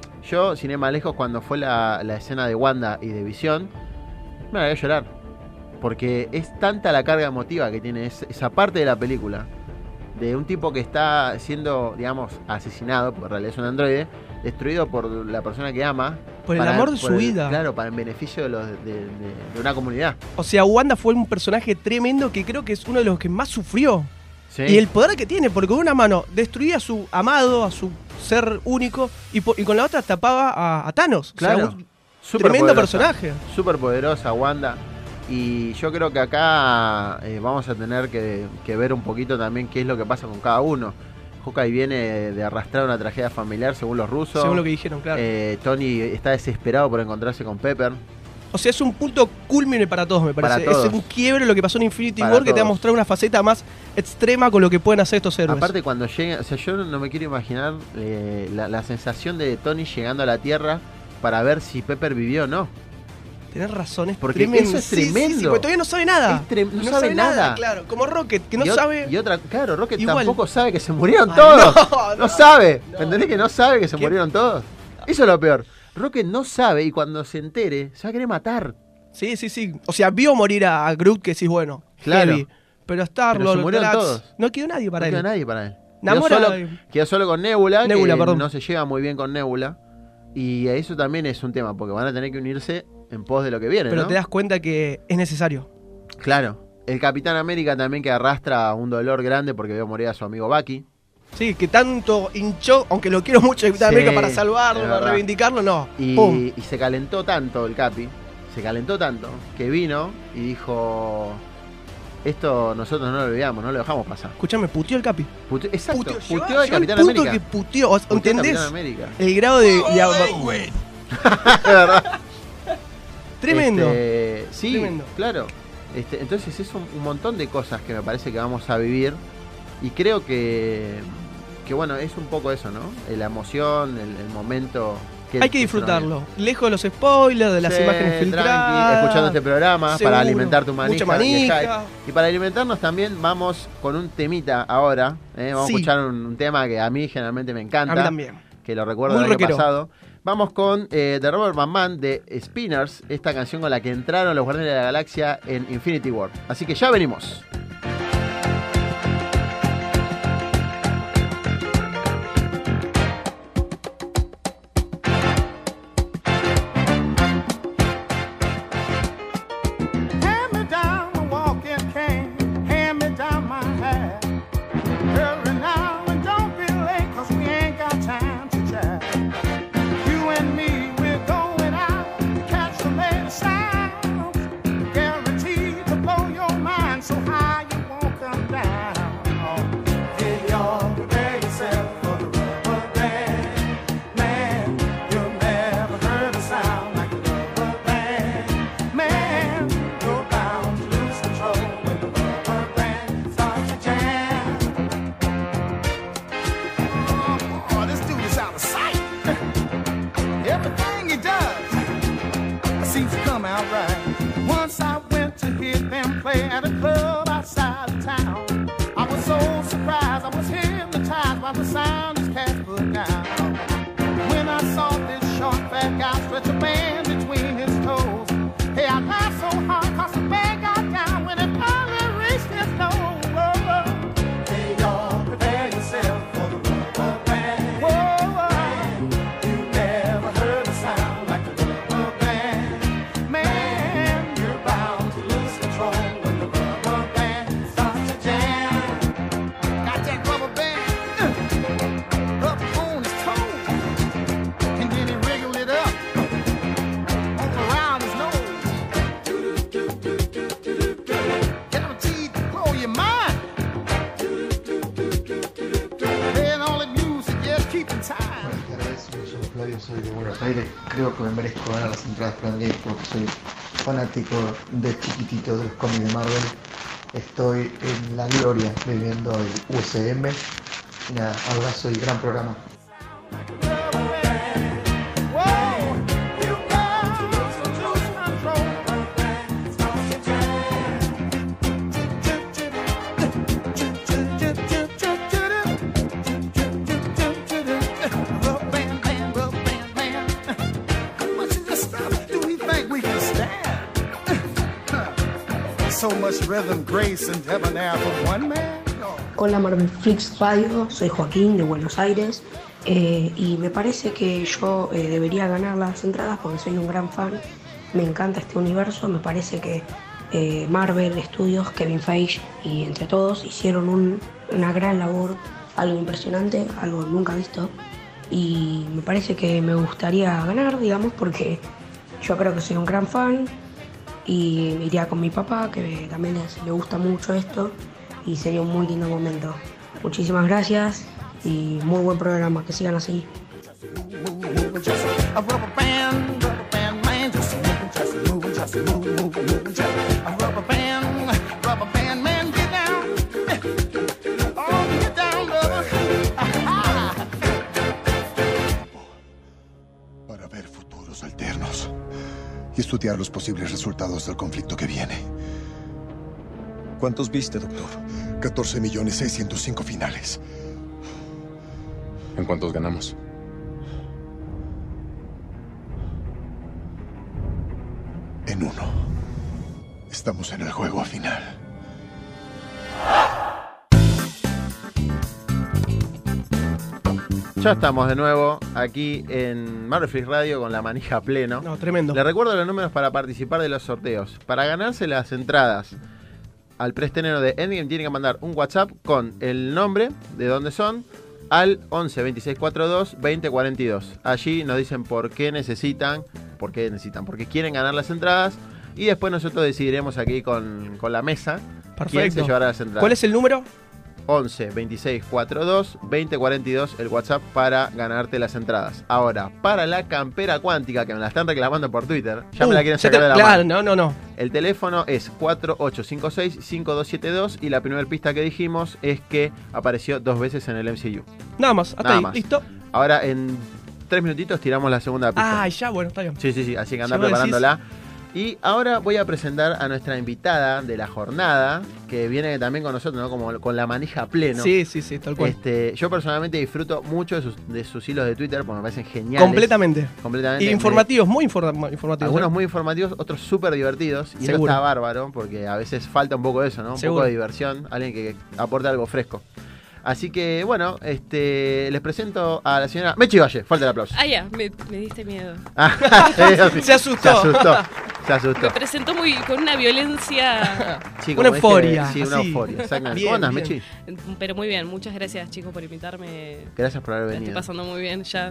[SPEAKER 8] yo, sin ir más lejos, cuando fue la, la escena de Wanda y de Visión, me la voy a llorar. Porque es tanta la carga emotiva que tiene es- esa parte de la película. De un tipo que está siendo, digamos, asesinado, porque en realidad es un androide, destruido por la persona que ama.
[SPEAKER 9] Por el amor de su
[SPEAKER 8] el-
[SPEAKER 9] vida.
[SPEAKER 8] Claro, para el beneficio de, los, de- de- de una comunidad.
[SPEAKER 9] O sea, Wanda fue un personaje tremendo que creo que es uno de los que más sufrió.
[SPEAKER 8] Sí.
[SPEAKER 9] Y el poder que tiene, porque con una mano destruía a su amado, a su ser único, y, po- y con la otra tapaba a, a Thanos. O sea,
[SPEAKER 8] Claro.
[SPEAKER 9] un tremendo
[SPEAKER 8] Superpoderosa.
[SPEAKER 9] personaje.
[SPEAKER 8] Súper poderosa Wanda. Y yo creo que acá eh, vamos a tener que, que ver un poquito también qué es lo que pasa con cada uno. Hawkeye viene de arrastrar una tragedia familiar según los rusos.
[SPEAKER 9] Según lo que dijeron, claro.
[SPEAKER 8] Eh, Tony está desesperado por encontrarse con Pepper.
[SPEAKER 9] O sea, es un punto culmine para todos, me parece.
[SPEAKER 8] Para todos.
[SPEAKER 9] Es un quiebre lo que pasó en Infinity
[SPEAKER 8] Para
[SPEAKER 9] War que te va a
[SPEAKER 8] todos.
[SPEAKER 9] mostrar una faceta más extrema con lo que pueden hacer estos héroes.
[SPEAKER 8] Aparte cuando llega, o sea, yo no me quiero imaginar eh, la, la sensación de Tony llegando a la Tierra para ver si Pepper vivió o no.
[SPEAKER 9] Tenés razón, es
[SPEAKER 8] Porque
[SPEAKER 9] tremendo.
[SPEAKER 8] eso es
[SPEAKER 9] Sí, sí, sí,
[SPEAKER 8] tremendo.
[SPEAKER 9] porque todavía no sabe nada.
[SPEAKER 8] Es trem- no sabe nada.
[SPEAKER 9] Claro, como Rocket, que no
[SPEAKER 8] y ot-
[SPEAKER 9] sabe.
[SPEAKER 8] Y otra, claro, Rocket
[SPEAKER 9] Igual.
[SPEAKER 8] tampoco sabe que se murieron
[SPEAKER 9] Ay,
[SPEAKER 8] todos.
[SPEAKER 9] no,
[SPEAKER 8] No,
[SPEAKER 9] no,
[SPEAKER 8] sabe.
[SPEAKER 9] no.
[SPEAKER 8] ¿Entendés que no sabe que se
[SPEAKER 9] ¿Qué?
[SPEAKER 8] murieron todos? Eso es lo peor. Rocket no sabe y cuando se entere se va a querer matar.
[SPEAKER 9] Sí, sí, sí. O sea, vio morir a a Groot, que sí, bueno.
[SPEAKER 8] Claro.
[SPEAKER 9] heavy. Pero Star
[SPEAKER 8] Pero se
[SPEAKER 9] Lord,
[SPEAKER 8] murieron
[SPEAKER 9] Drax,
[SPEAKER 8] todos.
[SPEAKER 9] No quedó nadie para
[SPEAKER 8] no
[SPEAKER 9] él.
[SPEAKER 8] queda nadie para él. Quedó
[SPEAKER 9] Namora-
[SPEAKER 8] solo, quedó solo con Nebula,
[SPEAKER 9] Nebula,
[SPEAKER 8] que
[SPEAKER 9] perdón.
[SPEAKER 8] no se lleva muy bien con Nebula. Y eso también es un tema, porque van a tener que unirse en pos de lo que viene.
[SPEAKER 9] Pero
[SPEAKER 8] ¿no?
[SPEAKER 9] te das cuenta que es necesario.
[SPEAKER 8] Claro. El Capitán América también que arrastra un dolor grande porque vio morir a su amigo Bucky.
[SPEAKER 9] Sí, que tanto hinchó, aunque lo quiero mucho, Capitán
[SPEAKER 8] Sí,
[SPEAKER 9] América, para salvarlo,
[SPEAKER 8] es
[SPEAKER 9] para
[SPEAKER 8] verdad.
[SPEAKER 9] reivindicarlo, no. Pum.
[SPEAKER 8] Y, y se calentó tanto el Capi, se calentó tanto, que vino y dijo: Esto nosotros no lo olvidamos, no lo dejamos pasar.
[SPEAKER 9] Escuchame, puteó el Capi.
[SPEAKER 8] Puteó, exacto, puteó,
[SPEAKER 9] Llegó-
[SPEAKER 8] al
[SPEAKER 9] llegó al
[SPEAKER 8] Capitán
[SPEAKER 9] punto
[SPEAKER 8] América.
[SPEAKER 9] que puteó. o sea,
[SPEAKER 8] Puteó al
[SPEAKER 9] ¿Entendés?
[SPEAKER 8] Capitán América.
[SPEAKER 9] El grado de. de-
[SPEAKER 8] Es verdad.
[SPEAKER 9] Tremendo.
[SPEAKER 8] Este, sí,
[SPEAKER 9] Tremendo.
[SPEAKER 8] claro. Este, entonces es un, un montón de cosas que me parece que vamos a vivir. Y creo que, que bueno, es un poco eso, ¿no? Eh, La emoción, el, el momento. Que
[SPEAKER 9] Hay que
[SPEAKER 8] que se nos
[SPEAKER 9] disfrutarlo. Lejos de los spoilers, de las
[SPEAKER 8] Sí,
[SPEAKER 9] imágenes
[SPEAKER 8] tranqui,
[SPEAKER 9] filtradas.
[SPEAKER 8] escuchando este programa
[SPEAKER 9] Seguro.
[SPEAKER 8] para alimentar tu manija.
[SPEAKER 9] Mucha
[SPEAKER 8] y el
[SPEAKER 9] manija.
[SPEAKER 8] hype. Y para alimentarnos también vamos con un temita ahora. ¿eh? Vamos a
[SPEAKER 9] Sí.
[SPEAKER 8] escuchar un, un tema que a mí generalmente me encanta.
[SPEAKER 9] A mí también.
[SPEAKER 8] Que lo recuerdo
[SPEAKER 9] Muy
[SPEAKER 8] del año
[SPEAKER 9] rockero.
[SPEAKER 8] pasado. Vamos con eh, The Robert Manman de Spinners, esta canción con la que entraron los Guardianes de la Galaxia en Infinity War. Así que ya venimos.
[SPEAKER 12] Hand me down my walking cane, hand me down my hat. Hurry now and don't be late, 'cause we ain't got time to chat. You and me, we're going out, catch the latest sounds. Guaranteed to blow your mind, so high you won't come down. Get your prepare yourself for the rubber band. Man, you'll never heard a sound like a rubber band. Man, you're bound to lose control when the rubber band starts to jam. Oh, this dude is out of sight. Everything he does seems to come out right. Once I went to hear them play at a club outside of town. I was so surprised, I was hypnotized by the sound this cat put down. When I saw this short fat guy stretch a band between his toes, hey, I laughed so hard cause the band got down when it finally reached his nose. Whoa. Hey, y'all, prepare yourself for the rubber band. Whoa, you never heard a sound like the rubber band. Man, you're bound to lose control.
[SPEAKER 13] Mere- creo que me merezco ganar las entradas Plan Geek porque soy fanático de chiquitito de los cómics de Marvel. Estoy en la gloria viviendo el UCM. Y nada, abrazo y gran programa.
[SPEAKER 12] So much rhythm, grace, and debonair from one man.
[SPEAKER 14] Con la Marvel Flix Radio, soy Joaquín de Buenos Aires eh, y me parece que yo eh, debería ganar las entradas porque soy un gran fan. Me encanta este universo, me parece que eh, Marvel Studios, Kevin Feige y entre todos hicieron un- una gran labor, algo impresionante, algo nunca visto y me parece que me gustaría ganar, digamos, porque yo creo que soy un gran fan y me iría con mi papá, que también es- le gusta mucho esto y sería un muy lindo momento. Muchísimas gracias y muy buen programa, que sigan así.
[SPEAKER 12] A rubber band, rubber band man, just move, just move, just move, move, move, just a rubber band, rubber band man, get down. Oh, get down, rubber. Aha.
[SPEAKER 7] Para ver futuros alternos y estudiar los posibles resultados del conflicto que viene. ¿Cuántos viste, doctor? 14 millones 605 finales.
[SPEAKER 3] ¿En cuántos ganamos?
[SPEAKER 7] En uno. Estamos en el juego final.
[SPEAKER 8] Ya estamos de nuevo aquí en Marvel Flix Radio con la manija a pleno. No,
[SPEAKER 9] tremendo.
[SPEAKER 8] Les recuerdo los números para participar de los sorteos. Para ganarse las entradas al prestenero de Endgame tienen que mandar un WhatsApp con el nombre, de dónde son, al 11 26 42 20 42. Allí nos dicen por qué necesitan, por qué necesitan, por qué quieren ganar las entradas. Y después nosotros decidiremos aquí con, con la mesa quién se
[SPEAKER 9] Perfecto.
[SPEAKER 8] llevará las entradas.
[SPEAKER 9] ¿Cuál es el número?
[SPEAKER 8] 11 26 42 20 42 el WhatsApp para ganarte las entradas. Ahora, para la campera cuántica que me la están reclamando por Twitter, ya me
[SPEAKER 9] Uh,
[SPEAKER 8] la quieren
[SPEAKER 9] ya
[SPEAKER 8] sacar
[SPEAKER 9] te-
[SPEAKER 8] de la
[SPEAKER 9] claro,
[SPEAKER 8] mano.
[SPEAKER 9] no, no, no.
[SPEAKER 8] El teléfono es 4856-5272 y la primera pista que dijimos es que apareció dos veces en el MCU.
[SPEAKER 9] Nada más, hasta
[SPEAKER 8] Nada
[SPEAKER 9] ahí,
[SPEAKER 8] más.
[SPEAKER 9] listo.
[SPEAKER 8] Ahora en tres minutitos tiramos la segunda pista.
[SPEAKER 9] Ah, ya, bueno, está bien.
[SPEAKER 8] Sí, sí, sí, así que anda
[SPEAKER 9] Ya me decís.
[SPEAKER 8] preparándola. Y ahora voy a presentar a nuestra invitada de la jornada, que viene también con nosotros, ¿no? Como con la manija pleno.
[SPEAKER 9] Sí, sí, sí, tal cual.
[SPEAKER 8] Este, yo personalmente disfruto mucho de sus, de sus hilos de Twitter porque me parecen geniales.
[SPEAKER 9] Completamente.
[SPEAKER 8] Completamente.
[SPEAKER 9] Y informativos, muy informa-
[SPEAKER 8] Me-
[SPEAKER 9] informativos.
[SPEAKER 8] Algunos
[SPEAKER 9] ¿eh?
[SPEAKER 8] muy informativos, otros súper divertidos. Y eso
[SPEAKER 9] Seguro.
[SPEAKER 8] está bárbaro porque a veces falta un poco de eso, ¿no? Un
[SPEAKER 9] Seguro.
[SPEAKER 8] poco de diversión, alguien que aporte algo fresco. Así que, bueno, este, les presento a la señora Mechi Valle. Falta el aplauso.
[SPEAKER 15] Ah, ya, me, me diste miedo.
[SPEAKER 8] Ah, eso sí.
[SPEAKER 15] Se asustó.
[SPEAKER 8] Se asustó. Se asustó.
[SPEAKER 15] Me presentó muy, con una violencia.
[SPEAKER 8] Sí,
[SPEAKER 9] Una
[SPEAKER 8] como dije,
[SPEAKER 9] euforia,
[SPEAKER 8] Sí, una
[SPEAKER 9] así.
[SPEAKER 8] euforia. Exactamente.
[SPEAKER 9] Bien,
[SPEAKER 8] ¿Cómo andas,
[SPEAKER 9] bien.
[SPEAKER 8] Mechi?
[SPEAKER 15] Pero muy bien, muchas gracias chicos por invitarme.
[SPEAKER 8] Gracias por haber
[SPEAKER 15] La
[SPEAKER 8] venido.
[SPEAKER 15] estoy pasando muy bien ya.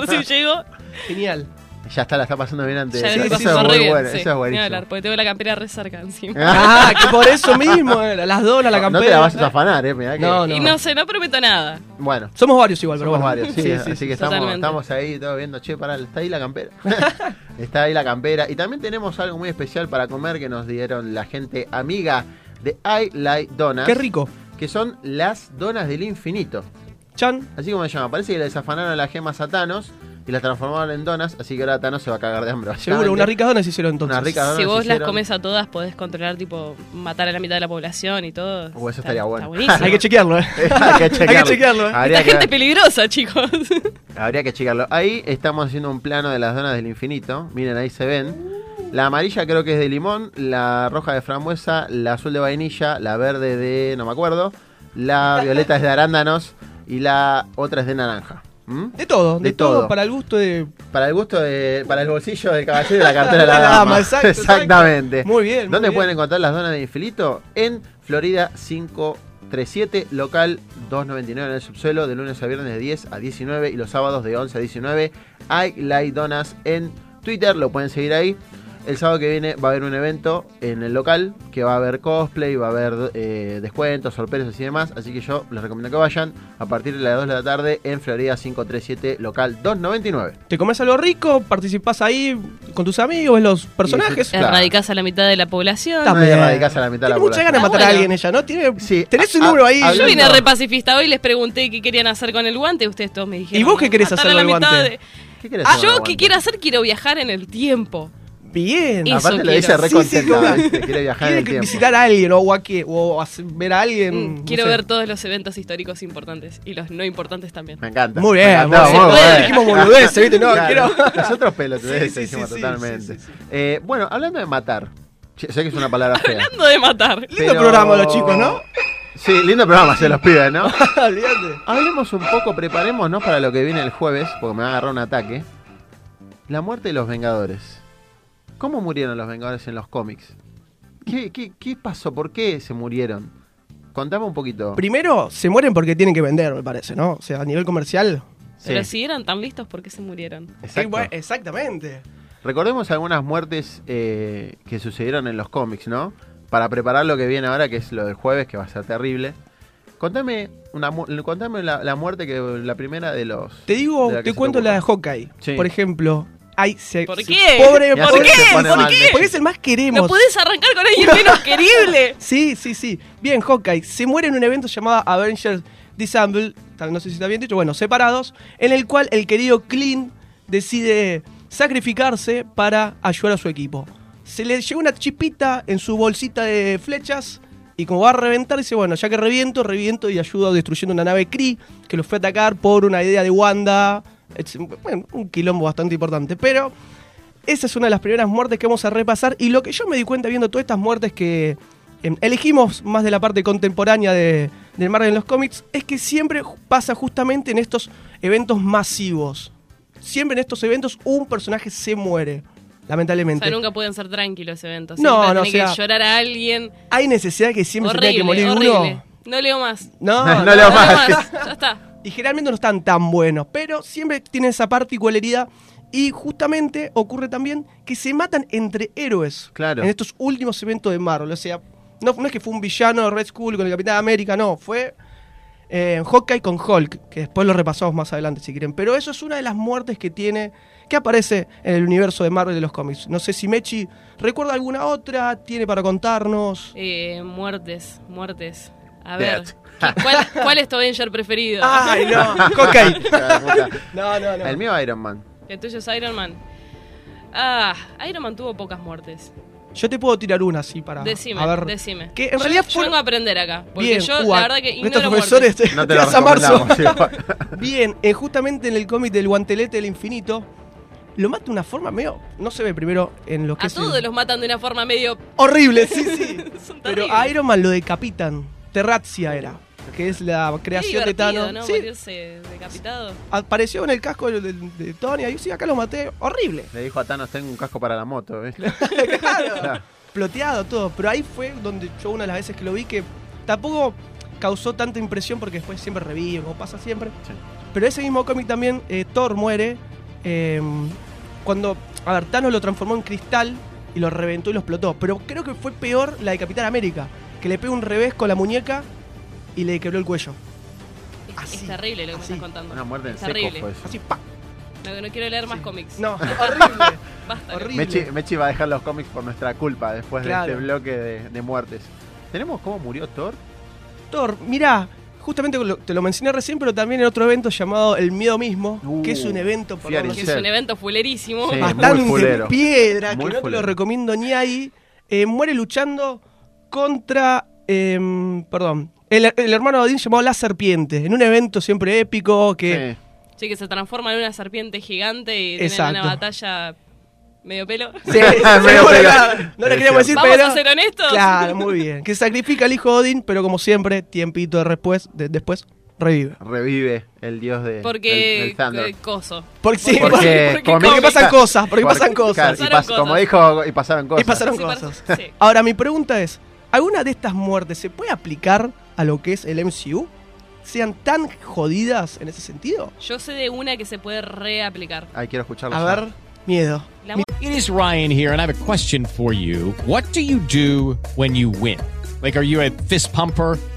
[SPEAKER 15] Recién llego.
[SPEAKER 9] ¿eh? Genial.
[SPEAKER 8] Ya está, la está pasando bien antes.
[SPEAKER 15] Ya
[SPEAKER 8] eso
[SPEAKER 15] la
[SPEAKER 8] es
[SPEAKER 15] pasé re
[SPEAKER 8] muy
[SPEAKER 15] bien,
[SPEAKER 8] bueno,
[SPEAKER 15] sí.
[SPEAKER 8] eso es
[SPEAKER 15] Ni
[SPEAKER 8] buenísimo.
[SPEAKER 15] hablar, porque tengo la campera re cerca encima.
[SPEAKER 9] Ah, que por eso mismo, eh, a las dos a la
[SPEAKER 8] No
[SPEAKER 9] campera.
[SPEAKER 8] te la vas a zafanar, eh, mirá que-
[SPEAKER 9] No, no.
[SPEAKER 15] Y no sé, no prometo nada.
[SPEAKER 8] Bueno.
[SPEAKER 9] Somos varios igual, pero
[SPEAKER 8] Somos
[SPEAKER 9] bueno.
[SPEAKER 8] varios, sí, así que estamos,
[SPEAKER 15] Totalmente.
[SPEAKER 8] estamos ahí todos viendo, che, pará, está ahí la campera. está ahí la campera. Y también tenemos algo muy especial para comer que nos dieron la gente amiga de I Like Donuts.
[SPEAKER 9] Qué rico.
[SPEAKER 8] Que son las donas del infinito.
[SPEAKER 9] Chan.
[SPEAKER 8] Así como se llama. Parece que le desafanaron a las gemas a Thanos y las transformaron en donas, así que ahora Thanos se va a cagar de hambre.
[SPEAKER 9] Seguro, unas ricas donas hicieron entonces.
[SPEAKER 8] Unas ricas donas
[SPEAKER 15] si vos las
[SPEAKER 8] hicieron.
[SPEAKER 15] comes a todas, podés controlar, tipo, matar a la mitad de la población y todo.
[SPEAKER 8] Uh, eso
[SPEAKER 15] Está-
[SPEAKER 8] estaría bueno.
[SPEAKER 15] Está buenísimo.
[SPEAKER 9] Hay que chequearlo, eh.
[SPEAKER 8] Hay que chequearlo.
[SPEAKER 9] Hay que chequearlo, eh.
[SPEAKER 8] Habría
[SPEAKER 15] Esta
[SPEAKER 8] que
[SPEAKER 15] gente
[SPEAKER 8] ver.
[SPEAKER 15] peligrosa, chicos.
[SPEAKER 8] Habría que checarlo. Ahí estamos haciendo un plano de las donas del infinito. Miren, ahí se ven. La amarilla creo que es de limón, la roja de frambuesa, la azul de vainilla, la verde de no me acuerdo, la violeta es de arándanos y la otra es de naranja. ¿Mm?
[SPEAKER 9] De todo, de,
[SPEAKER 8] De
[SPEAKER 9] todo.
[SPEAKER 8] todo.
[SPEAKER 9] para el gusto de.
[SPEAKER 8] Para el gusto de, para el bolsillo del caballero y la cartera de la dama.
[SPEAKER 9] exacto, exacto.
[SPEAKER 8] Exactamente.
[SPEAKER 9] Muy bien, muy
[SPEAKER 8] ¿Dónde
[SPEAKER 9] bien.
[SPEAKER 8] pueden encontrar las donas del infinito? En Florida 537, local 299 en el subsuelo, de lunes a viernes de 10 a 19 y los sábados de 11 a 19. Hay Light Donas en Twitter, lo pueden seguir ahí. El sábado que viene va a haber un evento en el local que va a haber cosplay, va a haber eh, descuentos, sorpresas y demás. Así que yo les recomiendo que vayan a partir de las 2 de la tarde en Florida 537, local 299.
[SPEAKER 9] ¿Te comes algo rico? ¿Participás ahí con tus amigos, los personajes?
[SPEAKER 8] claro.
[SPEAKER 15] Erradicás a la mitad de la población.
[SPEAKER 8] También erradicás a la mitad de la
[SPEAKER 9] Tiene muchas
[SPEAKER 8] población.
[SPEAKER 9] ganas de matar
[SPEAKER 15] Ah,
[SPEAKER 9] a
[SPEAKER 15] bueno.
[SPEAKER 9] alguien ella, ¿no? Tiene,
[SPEAKER 8] Sí,
[SPEAKER 9] tenés un
[SPEAKER 8] a-
[SPEAKER 9] número ahí.
[SPEAKER 8] a-
[SPEAKER 15] Yo vine
[SPEAKER 8] hablando-
[SPEAKER 15] re pacifista hoy, les pregunté qué querían hacer con el guante, ustedes todos me dijeron.
[SPEAKER 9] ¿Y vos qué querés
[SPEAKER 15] matar
[SPEAKER 9] hacer
[SPEAKER 15] a la
[SPEAKER 9] con el
[SPEAKER 15] mitad
[SPEAKER 9] guante?
[SPEAKER 15] de-
[SPEAKER 8] ¿Qué querés
[SPEAKER 15] Ah,
[SPEAKER 8] hacer con
[SPEAKER 15] yo
[SPEAKER 8] el
[SPEAKER 15] qué
[SPEAKER 8] guante?
[SPEAKER 15] quiero hacer, quiero viajar en el tiempo.
[SPEAKER 9] Bien.
[SPEAKER 15] Eso
[SPEAKER 8] Aparte lo dice
[SPEAKER 15] quiero.
[SPEAKER 8] re
[SPEAKER 9] Sí, sí,
[SPEAKER 8] contenta,
[SPEAKER 9] como-
[SPEAKER 8] ¿viste? quiere viajar en
[SPEAKER 9] Tiene
[SPEAKER 8] el
[SPEAKER 9] que
[SPEAKER 8] tiempo.
[SPEAKER 9] visitar a alguien o, a qué, o a ver a
[SPEAKER 8] Mm,
[SPEAKER 9] alguien. no
[SPEAKER 15] Mm, Quiero
[SPEAKER 9] sé.
[SPEAKER 15] ver todos los eventos históricos importantes y los no importantes también.
[SPEAKER 8] Me encanta.
[SPEAKER 9] Muy bien,
[SPEAKER 8] Me
[SPEAKER 9] muy bien.
[SPEAKER 8] muy
[SPEAKER 9] Bueno,
[SPEAKER 8] bien.
[SPEAKER 9] dijimos boludeces, ¿viste? No, quiero-
[SPEAKER 8] Nosotros pelotudeces
[SPEAKER 9] Sí, sí, sí,
[SPEAKER 8] dijimos
[SPEAKER 9] sí,
[SPEAKER 8] totalmente. Eh, bueno, hablando de matar. Che, Sé que es una palabra fea.
[SPEAKER 15] Hablando de matar.
[SPEAKER 9] Lindo programa los chicos, ¿no?
[SPEAKER 8] Sí, lindo programa se los pibes, ¿no?
[SPEAKER 9] Olvídate.
[SPEAKER 8] Hablemos un poco, preparémonos para lo que viene el jueves, porque me va a agarrar un ataque. La muerte de los Vengadores. ¿Cómo murieron los Vengadores en los cómics? ¿Qué, qué, qué pasó? ¿Por qué se murieron? Contame un poquito.
[SPEAKER 9] Primero, se mueren porque tienen que vender, me parece, ¿no? O sea, a nivel comercial.
[SPEAKER 15] Pero si eran tan listos, ¿por qué se murieron?
[SPEAKER 8] Exacto.
[SPEAKER 9] eh. exactamente.
[SPEAKER 8] Recordemos algunas muertes eh, que sucedieron en los cómics, ¿no? Para preparar lo que viene ahora, que es lo del jueves, que va a ser terrible. Contame, una, mu- contame la, la muerte que la primera de los.
[SPEAKER 9] Te digo,
[SPEAKER 8] de la que
[SPEAKER 9] te
[SPEAKER 8] se
[SPEAKER 9] cuento
[SPEAKER 8] ocurra.
[SPEAKER 9] la de Hawkeye,
[SPEAKER 8] Sí.
[SPEAKER 9] por ejemplo. Ay, se,
[SPEAKER 15] ¿Por
[SPEAKER 9] se-
[SPEAKER 15] qué?
[SPEAKER 9] Pobre,
[SPEAKER 8] Ya
[SPEAKER 9] pobre-
[SPEAKER 8] sé que se pone mal, Messi.
[SPEAKER 9] Porque es el más queremos.
[SPEAKER 15] ¿No podés arrancar con alguien menos querible?
[SPEAKER 9] Sí, sí, sí. Bien, Hawkeye se muere en un evento llamado Avengers Disassemble, tal- no sé si está bien dicho, bueno, separados, en el cual el querido Clint decide sacrificarse para ayudar a su equipo. Se le llegó una chipita en su bolsita de flechas y como va a reventar dice, bueno, ya que reviento, reviento y ayudo destruyendo una nave Kree que los fue a atacar por una idea de Wanda. Es- Bueno, un quilombo bastante importante, pero esa es una de las primeras muertes que vamos a repasar. Y lo que yo me di cuenta viendo todas estas muertes que em, elegimos más de la parte contemporánea de, del Marvel en los cómics es que siempre ju- pasa justamente en estos eventos masivos. Siempre en estos eventos un personaje se muere,
[SPEAKER 15] O
[SPEAKER 9] lamentablemente.
[SPEAKER 15] sea, nunca pueden ser tranquilos eventos.
[SPEAKER 9] No,
[SPEAKER 15] Siempre
[SPEAKER 9] no,
[SPEAKER 15] tiene
[SPEAKER 9] o sea,
[SPEAKER 15] que llorar a alguien.
[SPEAKER 9] Hay necesidad de que siempre se tenga que
[SPEAKER 15] Horrible,
[SPEAKER 9] morir
[SPEAKER 15] horrible.
[SPEAKER 9] uno.
[SPEAKER 15] No leo más.
[SPEAKER 9] No,
[SPEAKER 8] No leo más.
[SPEAKER 15] Ya está.
[SPEAKER 9] y generalmente no están tan buenos, pero siempre tienen esa particularidad. Y justamente ocurre también que se matan entre héroes
[SPEAKER 8] Claro.
[SPEAKER 9] en estos últimos eventos de Marvel. O sea, no, no es que fue un villano de Red Skull con el Capitán América, no, fue eh, Hawkeye con Hulk, que después lo repasamos más adelante si quieren. Pero eso es una de las muertes que tiene, que aparece en el universo de Marvel de los cómics. No sé si Mechi recuerda alguna otra, tiene para contarnos.
[SPEAKER 15] Eh, muertes, muertes. A ver.
[SPEAKER 8] Dead.
[SPEAKER 15] ¿Cuál, cuál es tu Avenger preferido?
[SPEAKER 9] ¡Ay, no! Hawkeye.
[SPEAKER 8] Hija de puta.
[SPEAKER 9] No, no, no.
[SPEAKER 8] El mío Iron Man.
[SPEAKER 15] El tuyo es Iron Man. Ah, Iron Man tuvo pocas muertes.
[SPEAKER 9] Yo te puedo tirar una así para.
[SPEAKER 15] Decime,
[SPEAKER 9] Ah, a ver.
[SPEAKER 15] decime.
[SPEAKER 9] Que en
[SPEAKER 15] Yo-
[SPEAKER 9] realidad
[SPEAKER 15] yo,
[SPEAKER 9] fueron-
[SPEAKER 15] vengo a aprender acá. Porque
[SPEAKER 9] Bien,
[SPEAKER 15] yo,
[SPEAKER 9] Uac,
[SPEAKER 15] la verdad que
[SPEAKER 9] con estos
[SPEAKER 15] ignoro
[SPEAKER 9] profesores eh,
[SPEAKER 15] muertes.
[SPEAKER 9] te,
[SPEAKER 8] No
[SPEAKER 9] te
[SPEAKER 8] te lo
[SPEAKER 9] vas a marzo.
[SPEAKER 8] recomendamos. igual.
[SPEAKER 9] Bien, eh, justamente en el cómic del guantelete del infinito, lo mata de una forma medio. No se ve primero en lo que
[SPEAKER 15] A
[SPEAKER 9] es.
[SPEAKER 15] todos
[SPEAKER 9] el-
[SPEAKER 15] los matan de una forma medio...
[SPEAKER 9] Horrible, sí, sí.
[SPEAKER 15] Son
[SPEAKER 9] Pero
[SPEAKER 15] terribles.
[SPEAKER 9] a Iron Man lo decapitan. Terrazia era. Que es la creación
[SPEAKER 15] Qué
[SPEAKER 9] de
[SPEAKER 15] divertido,
[SPEAKER 9] Thanos.
[SPEAKER 15] ¿no?
[SPEAKER 9] Sí,
[SPEAKER 15] Morirse decapitado.
[SPEAKER 9] apareció en el casco de, de- de Tony. Ahí sí, acá lo maté. Horrible.
[SPEAKER 8] Le dijo a Thanos, tengo un casco para la moto. ¿viste?
[SPEAKER 9] Claro. Ploteado todo. Pero ahí fue donde yo una de las veces que lo vi que tampoco causó tanta impresión porque después siempre revive, como pasa siempre.
[SPEAKER 8] Sí.
[SPEAKER 9] Pero ese mismo cómic también, eh, Thor muere eh, cuando, a ver, Thanos lo transformó en cristal y lo reventó y lo explotó. Pero creo que fue peor la de Capitán América, que le pegó un revés con la muñeca y le quebró el cuello.
[SPEAKER 15] Es,
[SPEAKER 9] Así,
[SPEAKER 15] es terrible lo que me
[SPEAKER 9] así.
[SPEAKER 15] estás contando.
[SPEAKER 8] Una muerte en
[SPEAKER 15] es
[SPEAKER 8] seco
[SPEAKER 15] terrible.
[SPEAKER 8] fue eso.
[SPEAKER 9] Así, pa.
[SPEAKER 15] No, no quiero leer más cómics.
[SPEAKER 9] No, horrible,
[SPEAKER 15] Basta.
[SPEAKER 9] horrible.
[SPEAKER 8] Mechi, Mechi va a dejar los cómics por nuestra culpa después
[SPEAKER 9] Claro.
[SPEAKER 8] de este bloque de, de muertes. ¿Tenemos cómo murió Thor?
[SPEAKER 9] Doctor, mirá, justamente lo- te lo mencioné recién, pero también en otro evento llamado El Miedo Mismo,
[SPEAKER 8] Uh,
[SPEAKER 9] que es un evento por
[SPEAKER 8] fui a
[SPEAKER 9] lo menos,
[SPEAKER 15] Que es un evento fulerísimo.
[SPEAKER 8] Sí.
[SPEAKER 9] bastante
[SPEAKER 8] muy fulero.
[SPEAKER 9] piedra, que
[SPEAKER 8] Muy
[SPEAKER 9] no te lo
[SPEAKER 8] fulero.
[SPEAKER 9] recomiendo ni ahí, eh, muere luchando contra, em, perdón, el, el hermano de Odín llamado La Serpiente, en un evento siempre épico que...
[SPEAKER 8] Sí.
[SPEAKER 15] Sí, que se transforma en una serpiente gigante y tienen
[SPEAKER 9] Exacto.
[SPEAKER 15] una batalla medio pelo.
[SPEAKER 9] Sí,
[SPEAKER 8] Medio
[SPEAKER 9] bueno,
[SPEAKER 8] pegado.
[SPEAKER 9] nada, no le
[SPEAKER 8] Es
[SPEAKER 9] queríamos
[SPEAKER 8] cierto.
[SPEAKER 15] Vamos
[SPEAKER 9] decir, pero...
[SPEAKER 15] a ser honestos.
[SPEAKER 9] Claro, muy bien. Que sacrifica al hijo de Odín, pero como siempre, tiempito después, de- después revive.
[SPEAKER 8] Revive el dios de, del,
[SPEAKER 15] Porque
[SPEAKER 8] del Thunder.
[SPEAKER 15] eh, coso.
[SPEAKER 9] Porque, sí,
[SPEAKER 8] Porque-
[SPEAKER 9] porque,
[SPEAKER 8] como
[SPEAKER 9] porque
[SPEAKER 8] me-
[SPEAKER 9] pasan cosas, porque
[SPEAKER 8] Porque-
[SPEAKER 9] pasan cosas.
[SPEAKER 8] claro, y pas- Como dijo, y pasaron cosas.
[SPEAKER 9] Y pasaron
[SPEAKER 15] Sí,
[SPEAKER 9] cosas.
[SPEAKER 15] pasa- sí.
[SPEAKER 9] Ahora, mi pregunta es: ¿alguna de estas muertes se puede aplicar a lo que es el MCU? ¿Sean tan jodidas en ese sentido?
[SPEAKER 15] Yo sé de una que se puede reaplicar.
[SPEAKER 8] Ay, quiero escucharlo.
[SPEAKER 9] A
[SPEAKER 8] ya.
[SPEAKER 9] ver, Miedo.
[SPEAKER 11] It is Ryan here, and I have a question for you. What do you do when you win? Like, are you a fist pumper?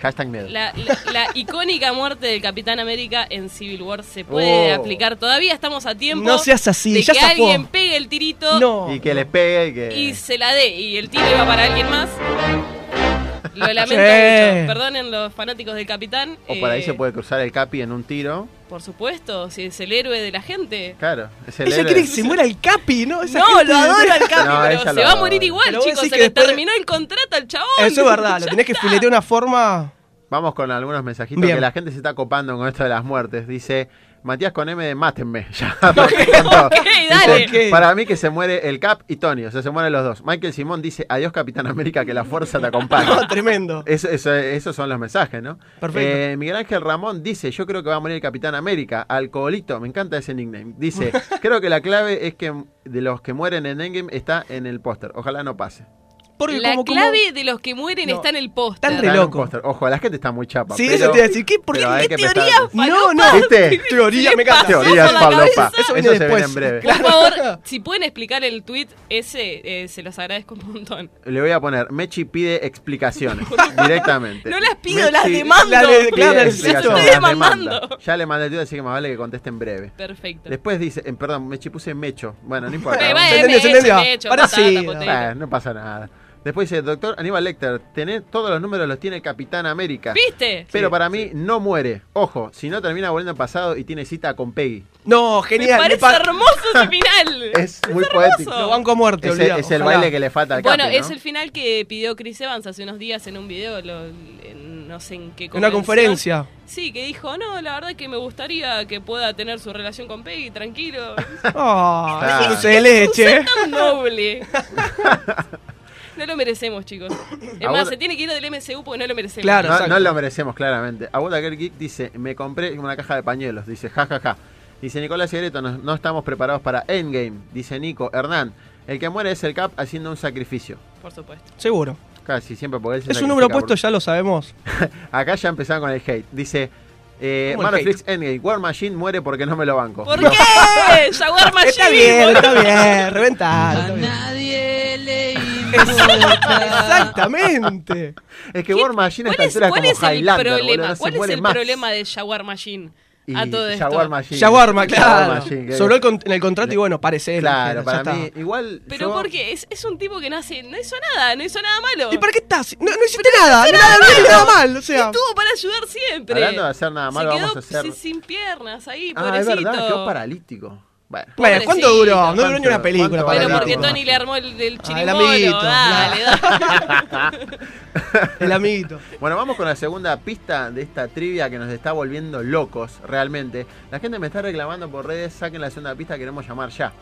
[SPEAKER 8] Hashtag miedo.
[SPEAKER 15] La, la- la icónica muerte del Capitán América en Civil War se
[SPEAKER 9] Uh,
[SPEAKER 15] puede
[SPEAKER 8] Oh.
[SPEAKER 15] aplicar todavía. Estamos a tiempo.
[SPEAKER 9] No seas así,
[SPEAKER 15] de
[SPEAKER 9] ya
[SPEAKER 15] que
[SPEAKER 9] zafó.
[SPEAKER 15] alguien pegue el tirito
[SPEAKER 8] Y que le pegue y que...
[SPEAKER 15] y se la dé y el tiro iba para alguien más. Lo lamento
[SPEAKER 8] Che.
[SPEAKER 15] mucho. Perdonen los fanáticos del Capitán.
[SPEAKER 8] O por ahí
[SPEAKER 15] eh,
[SPEAKER 8] se puede cruzar el capi en un tiro.
[SPEAKER 15] Por supuesto, si es el héroe de la gente.
[SPEAKER 8] Claro. Es el
[SPEAKER 9] Ella
[SPEAKER 8] héroe.
[SPEAKER 9] quiere que se muera el Capi, ¿no? Esa
[SPEAKER 15] no,
[SPEAKER 9] gente
[SPEAKER 15] lo
[SPEAKER 9] de-
[SPEAKER 15] adoro al Capi,
[SPEAKER 8] No,
[SPEAKER 15] pero
[SPEAKER 8] ella
[SPEAKER 15] se
[SPEAKER 8] lo
[SPEAKER 15] va a
[SPEAKER 8] adora.
[SPEAKER 15] morir igual,
[SPEAKER 9] Pero vos
[SPEAKER 15] chicos.
[SPEAKER 9] decís
[SPEAKER 15] Se
[SPEAKER 9] que
[SPEAKER 15] le
[SPEAKER 9] después-
[SPEAKER 15] terminó el contrato al chabón.
[SPEAKER 9] Eso es verdad, lo
[SPEAKER 15] Ya
[SPEAKER 9] tenés que
[SPEAKER 15] está.
[SPEAKER 9] filetear una forma.
[SPEAKER 8] Vamos con algunos mensajitos
[SPEAKER 9] Bien.
[SPEAKER 8] que la gente se está copando con esto de las muertes. Dice, Matías con M de mátenme. Ya, porque tanto-
[SPEAKER 15] dale.
[SPEAKER 8] Dice,
[SPEAKER 15] Ok.
[SPEAKER 8] Para mí que se muere el Cap y Tony, o sea, se mueren los dos. Michael Simón dice, adiós Capitán América, que la fuerza te acompañe.
[SPEAKER 9] Tremendo.
[SPEAKER 8] Eso- eso- esos son los mensajes, ¿no?
[SPEAKER 9] Perfecto.
[SPEAKER 8] Eh, Miguel Ángel Ramón dice, yo creo que va a morir el Capitán América, alcoholito, me encanta ese nickname. Dice, creo que la clave es que de los que mueren en Endgame está en el póster, ojalá no pase.
[SPEAKER 9] Porque
[SPEAKER 15] la
[SPEAKER 9] como- como-
[SPEAKER 15] clave de los que mueren
[SPEAKER 9] No.
[SPEAKER 15] está en el post.
[SPEAKER 9] Tan re
[SPEAKER 8] Está en un
[SPEAKER 9] loco.
[SPEAKER 8] póster. Ojo, la gente está muy chapa.
[SPEAKER 9] Sí,
[SPEAKER 8] pero-
[SPEAKER 9] eso te iba a decir. ¿Qué, ¿Por qué?
[SPEAKER 8] pero hay
[SPEAKER 9] ¿Qué
[SPEAKER 8] que prestar
[SPEAKER 9] teoría? No, no.
[SPEAKER 8] ¿Viste?
[SPEAKER 9] Teoría, me encanta.
[SPEAKER 8] Teorías,
[SPEAKER 9] Paso a la
[SPEAKER 8] falopa.
[SPEAKER 9] cabeza. Eso viene
[SPEAKER 8] Eso se viene
[SPEAKER 9] después.
[SPEAKER 8] en breve.
[SPEAKER 15] Por favor, si pueden explicar el tweet ese, eh, se los agradezco un montón.
[SPEAKER 8] Le voy a poner, Mechi pide explicaciones directamente.
[SPEAKER 15] No las pido,
[SPEAKER 8] Mechi
[SPEAKER 15] las demando.
[SPEAKER 9] La de-
[SPEAKER 8] pide
[SPEAKER 9] claro, las
[SPEAKER 8] explicaciones,
[SPEAKER 15] estoy
[SPEAKER 8] las demanda.
[SPEAKER 15] demandando.
[SPEAKER 8] Ya le mandé el tuit, así que más vale que conteste en breve.
[SPEAKER 15] Perfecto.
[SPEAKER 8] Después dice, eh, perdón, Mechi puse mecho. Bueno, no importa.
[SPEAKER 15] Bueno,
[SPEAKER 8] Vamos.
[SPEAKER 15] bueno,
[SPEAKER 9] entendió, se
[SPEAKER 15] me
[SPEAKER 9] entendió.
[SPEAKER 15] he hecho,
[SPEAKER 9] Ahora
[SPEAKER 15] patata,
[SPEAKER 9] sí.
[SPEAKER 15] potero.
[SPEAKER 8] Bah, no pasa nada. Después dice, doctor Aníbal Lecter, tenés, todos los números los tiene Capitán América.
[SPEAKER 15] ¿Viste?
[SPEAKER 8] Pero para mí no muere. Ojo, si no termina volviendo al pasado y tiene cita con Peggy.
[SPEAKER 9] No,
[SPEAKER 15] Me
[SPEAKER 9] genial.
[SPEAKER 15] parece
[SPEAKER 9] pa-
[SPEAKER 15] hermoso ese final.
[SPEAKER 8] Es muy
[SPEAKER 15] hermoso.
[SPEAKER 8] poético.
[SPEAKER 9] Lo banco a muerte,
[SPEAKER 8] Ese-
[SPEAKER 9] olvidado.
[SPEAKER 8] es el
[SPEAKER 9] Ojalá.
[SPEAKER 8] baile que le falta al
[SPEAKER 15] Bueno,
[SPEAKER 8] Capi, ¿no?
[SPEAKER 15] es el final que pidió Chris Evans hace unos días en un video, lo- en- no sé en qué
[SPEAKER 9] En una conferencia.
[SPEAKER 15] Sí, que dijo, no, la verdad que me gustaría que pueda tener su relación con Peggy, tranquilo.
[SPEAKER 9] Oh,
[SPEAKER 8] Claro.
[SPEAKER 9] es un dulce de leche. ¿eh?
[SPEAKER 15] Usted tan noble. No lo merecemos, chicos. Es
[SPEAKER 8] Ahora-
[SPEAKER 15] más, se tiene que ir del MCU porque no lo merecemos.
[SPEAKER 9] Claro,
[SPEAKER 8] No,
[SPEAKER 9] exacto.
[SPEAKER 8] no lo merecemos, claramente. Abuela Girl Geek dice: Me compré una caja de pañuelos. Dice: Ja, ja, ja. Dice Nicolás Segreto: no, no estamos preparados para Endgame. Dice Nico Hernán: El que muere es el Cap haciendo un sacrificio.
[SPEAKER 15] Por supuesto.
[SPEAKER 9] Seguro.
[SPEAKER 8] Casi siempre porque él se
[SPEAKER 9] Es un número
[SPEAKER 8] sacrifica
[SPEAKER 9] opuesto, ya lo sabemos.
[SPEAKER 8] por- Acá ya empezaron con el hate. Dice: eh,
[SPEAKER 9] ¿Cómo el
[SPEAKER 8] Marvelflix Endgame. War Machine muere porque no me lo banco.
[SPEAKER 15] ¿Por qué? Jaguar Machine.
[SPEAKER 9] Está bien, está bien, reventar. está bien.
[SPEAKER 12] Nadie le
[SPEAKER 9] Exactamente.
[SPEAKER 8] Es que War Machine a
[SPEAKER 15] ¿Cuál
[SPEAKER 8] esta
[SPEAKER 15] es,
[SPEAKER 8] altura
[SPEAKER 15] cuál
[SPEAKER 8] es como
[SPEAKER 15] es el
[SPEAKER 8] Highlander.
[SPEAKER 15] problema?
[SPEAKER 8] boludo, no se
[SPEAKER 15] ¿Cuál es
[SPEAKER 8] muere
[SPEAKER 15] el
[SPEAKER 8] más.
[SPEAKER 15] problema de Jaguar Machine
[SPEAKER 8] Y
[SPEAKER 15] a todo esto?
[SPEAKER 8] Jaguar Machine.
[SPEAKER 9] Shawarma, claro.
[SPEAKER 8] Jaguar Machine, que-
[SPEAKER 9] Sobró el con- en el contrato y bueno, parece.
[SPEAKER 8] Claro, para mí. Igual.
[SPEAKER 15] Pero
[SPEAKER 8] yo-
[SPEAKER 15] porque es, es un tipo que no hace, no hizo nada, no hizo nada malo.
[SPEAKER 9] ¿Y para qué estás? No, no hiciste nada, nada, no hiciste nada mal. O sea,
[SPEAKER 15] Estuvo para ayudar siempre.
[SPEAKER 8] Hablando de hacer nada malo,
[SPEAKER 15] se quedó
[SPEAKER 8] vamos a hacer-
[SPEAKER 15] si- sin piernas ahí,
[SPEAKER 8] Ah, es
[SPEAKER 15] pobrecito.
[SPEAKER 8] verdad, quedó paralítico. Bueno.
[SPEAKER 9] bueno, ¿cuánto
[SPEAKER 15] Pobrecito.
[SPEAKER 9] duró? No duró ni una
[SPEAKER 8] ¿Cuánto-
[SPEAKER 9] película.
[SPEAKER 8] cuánto
[SPEAKER 9] para
[SPEAKER 15] Pero
[SPEAKER 8] Paralítico.
[SPEAKER 9] mí.
[SPEAKER 15] porque Tony le armó el, el
[SPEAKER 9] Ah, el
[SPEAKER 15] chirimbolo,
[SPEAKER 9] amiguito.
[SPEAKER 15] dale, dale.
[SPEAKER 9] El amiguito.
[SPEAKER 8] Bueno, vamos con la segunda pista de esta trivia que nos está volviendo locos, realmente. La gente me está reclamando por redes, saquen la segunda pista, queremos llamar ya.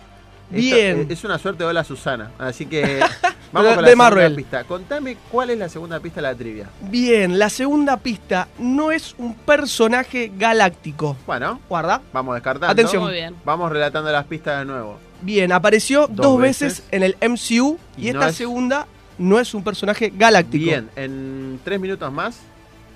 [SPEAKER 8] Esto,
[SPEAKER 9] Bien.
[SPEAKER 8] eh, es una suerte hola Susana, así que
[SPEAKER 9] Pero
[SPEAKER 8] vamos con la
[SPEAKER 9] de
[SPEAKER 8] segunda
[SPEAKER 9] Marvel.
[SPEAKER 8] pista. Contame cuál es la segunda pista de la trivia.
[SPEAKER 9] Bien, la segunda pista no es un personaje galáctico.
[SPEAKER 8] Bueno,
[SPEAKER 9] Guarda.
[SPEAKER 8] vamos descartando.
[SPEAKER 9] Atención.
[SPEAKER 15] Muy bien.
[SPEAKER 8] Vamos relatando las pistas de nuevo.
[SPEAKER 9] Bien, apareció dos,
[SPEAKER 8] Dos
[SPEAKER 9] veces.
[SPEAKER 8] veces.
[SPEAKER 9] en el MCU y,
[SPEAKER 8] Y no
[SPEAKER 9] esta
[SPEAKER 8] es-
[SPEAKER 9] segunda no es un personaje galáctico.
[SPEAKER 8] Bien, en tres minutos más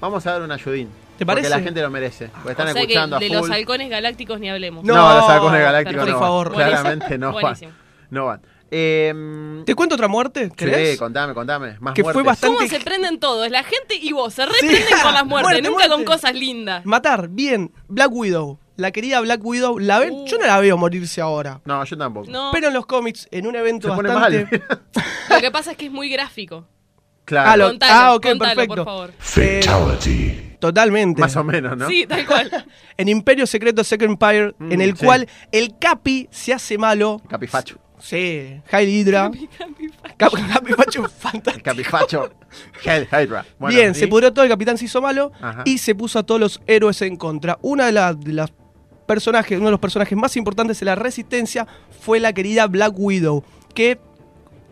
[SPEAKER 8] vamos a dar un ayudín.
[SPEAKER 9] ¿Te
[SPEAKER 8] porque
[SPEAKER 9] parece? Ah,
[SPEAKER 8] la gente lo merece. Porque están
[SPEAKER 15] o sea que
[SPEAKER 8] escuchando
[SPEAKER 15] de
[SPEAKER 8] a
[SPEAKER 15] los
[SPEAKER 8] full.
[SPEAKER 15] halcones galácticos ni hablemos.
[SPEAKER 8] No, los halcones galácticos
[SPEAKER 9] por
[SPEAKER 8] no van.
[SPEAKER 9] favor.
[SPEAKER 8] Claramente no van.
[SPEAKER 15] Buenísimo.
[SPEAKER 8] No van. Eh,
[SPEAKER 9] ¿Te cuento otra muerte?
[SPEAKER 8] sí,
[SPEAKER 9] ¿Crees?
[SPEAKER 8] contame, contame. Más
[SPEAKER 9] Que fue
[SPEAKER 8] muertes.
[SPEAKER 9] bastante-
[SPEAKER 15] ¿Cómo se prenden todos? La gente y vos. Se reprenden con las muertes,
[SPEAKER 9] Muerte,
[SPEAKER 15] nunca con
[SPEAKER 9] muerte.
[SPEAKER 15] cosas lindas.
[SPEAKER 9] Matar, bien. Black Widow. La querida Black Widow, la ven, yo no la veo morirse ahora.
[SPEAKER 8] No, yo tampoco.
[SPEAKER 15] No,
[SPEAKER 9] Pero en los cómics, en un evento
[SPEAKER 8] Se pone
[SPEAKER 9] bastante.
[SPEAKER 8] mal.
[SPEAKER 15] lo que pasa es que es muy gráfico.
[SPEAKER 8] Claro.
[SPEAKER 9] Ah, lo-
[SPEAKER 15] Contalo,
[SPEAKER 9] ah, ok,
[SPEAKER 15] contalo,
[SPEAKER 9] perfecto.
[SPEAKER 15] por favor.
[SPEAKER 9] Eh, totalmente.
[SPEAKER 8] Más o menos, ¿no?
[SPEAKER 15] Sí, tal cual.
[SPEAKER 9] En Imperio Secreto Second Empire,
[SPEAKER 8] Mm,
[SPEAKER 9] en el
[SPEAKER 8] sí.
[SPEAKER 9] cual el Capi se hace malo.
[SPEAKER 8] Capifacho.
[SPEAKER 9] Sí, Hail Hydra. Cap- Capifacho fantástico.
[SPEAKER 8] El capifacho. Hell Hydra. Bueno,
[SPEAKER 9] Bien,
[SPEAKER 8] ¿y?
[SPEAKER 9] se pudrió todo, el capitán se hizo malo
[SPEAKER 8] Ajá.
[SPEAKER 9] y se puso a todos los héroes en contra. Una de, la- de las personajes, uno de los personajes más importantes de la resistencia fue la querida Black Widow, que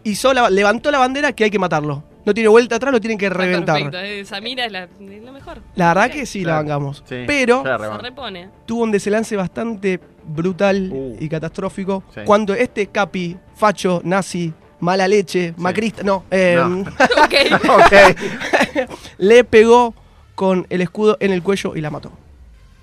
[SPEAKER 9] hizo la- levantó la bandera que hay que matarlo. No tiene vuelta atrás, lo tienen que reventar.
[SPEAKER 15] Perfecto. eh, Samira es la, es la mejor.
[SPEAKER 9] La verdad que sí la
[SPEAKER 8] Claro.
[SPEAKER 9] vengamos.
[SPEAKER 8] Sí,
[SPEAKER 9] Pero
[SPEAKER 8] se la
[SPEAKER 15] Se
[SPEAKER 8] rebanca.
[SPEAKER 15] repone.
[SPEAKER 9] tuvo un desenlace bastante brutal y catastrófico
[SPEAKER 8] Uh. Sí.
[SPEAKER 9] cuando este capi, facho, nazi, mala leche, macrista, no, eh,
[SPEAKER 8] No.
[SPEAKER 9] le pegó con el escudo en el cuello y la mató.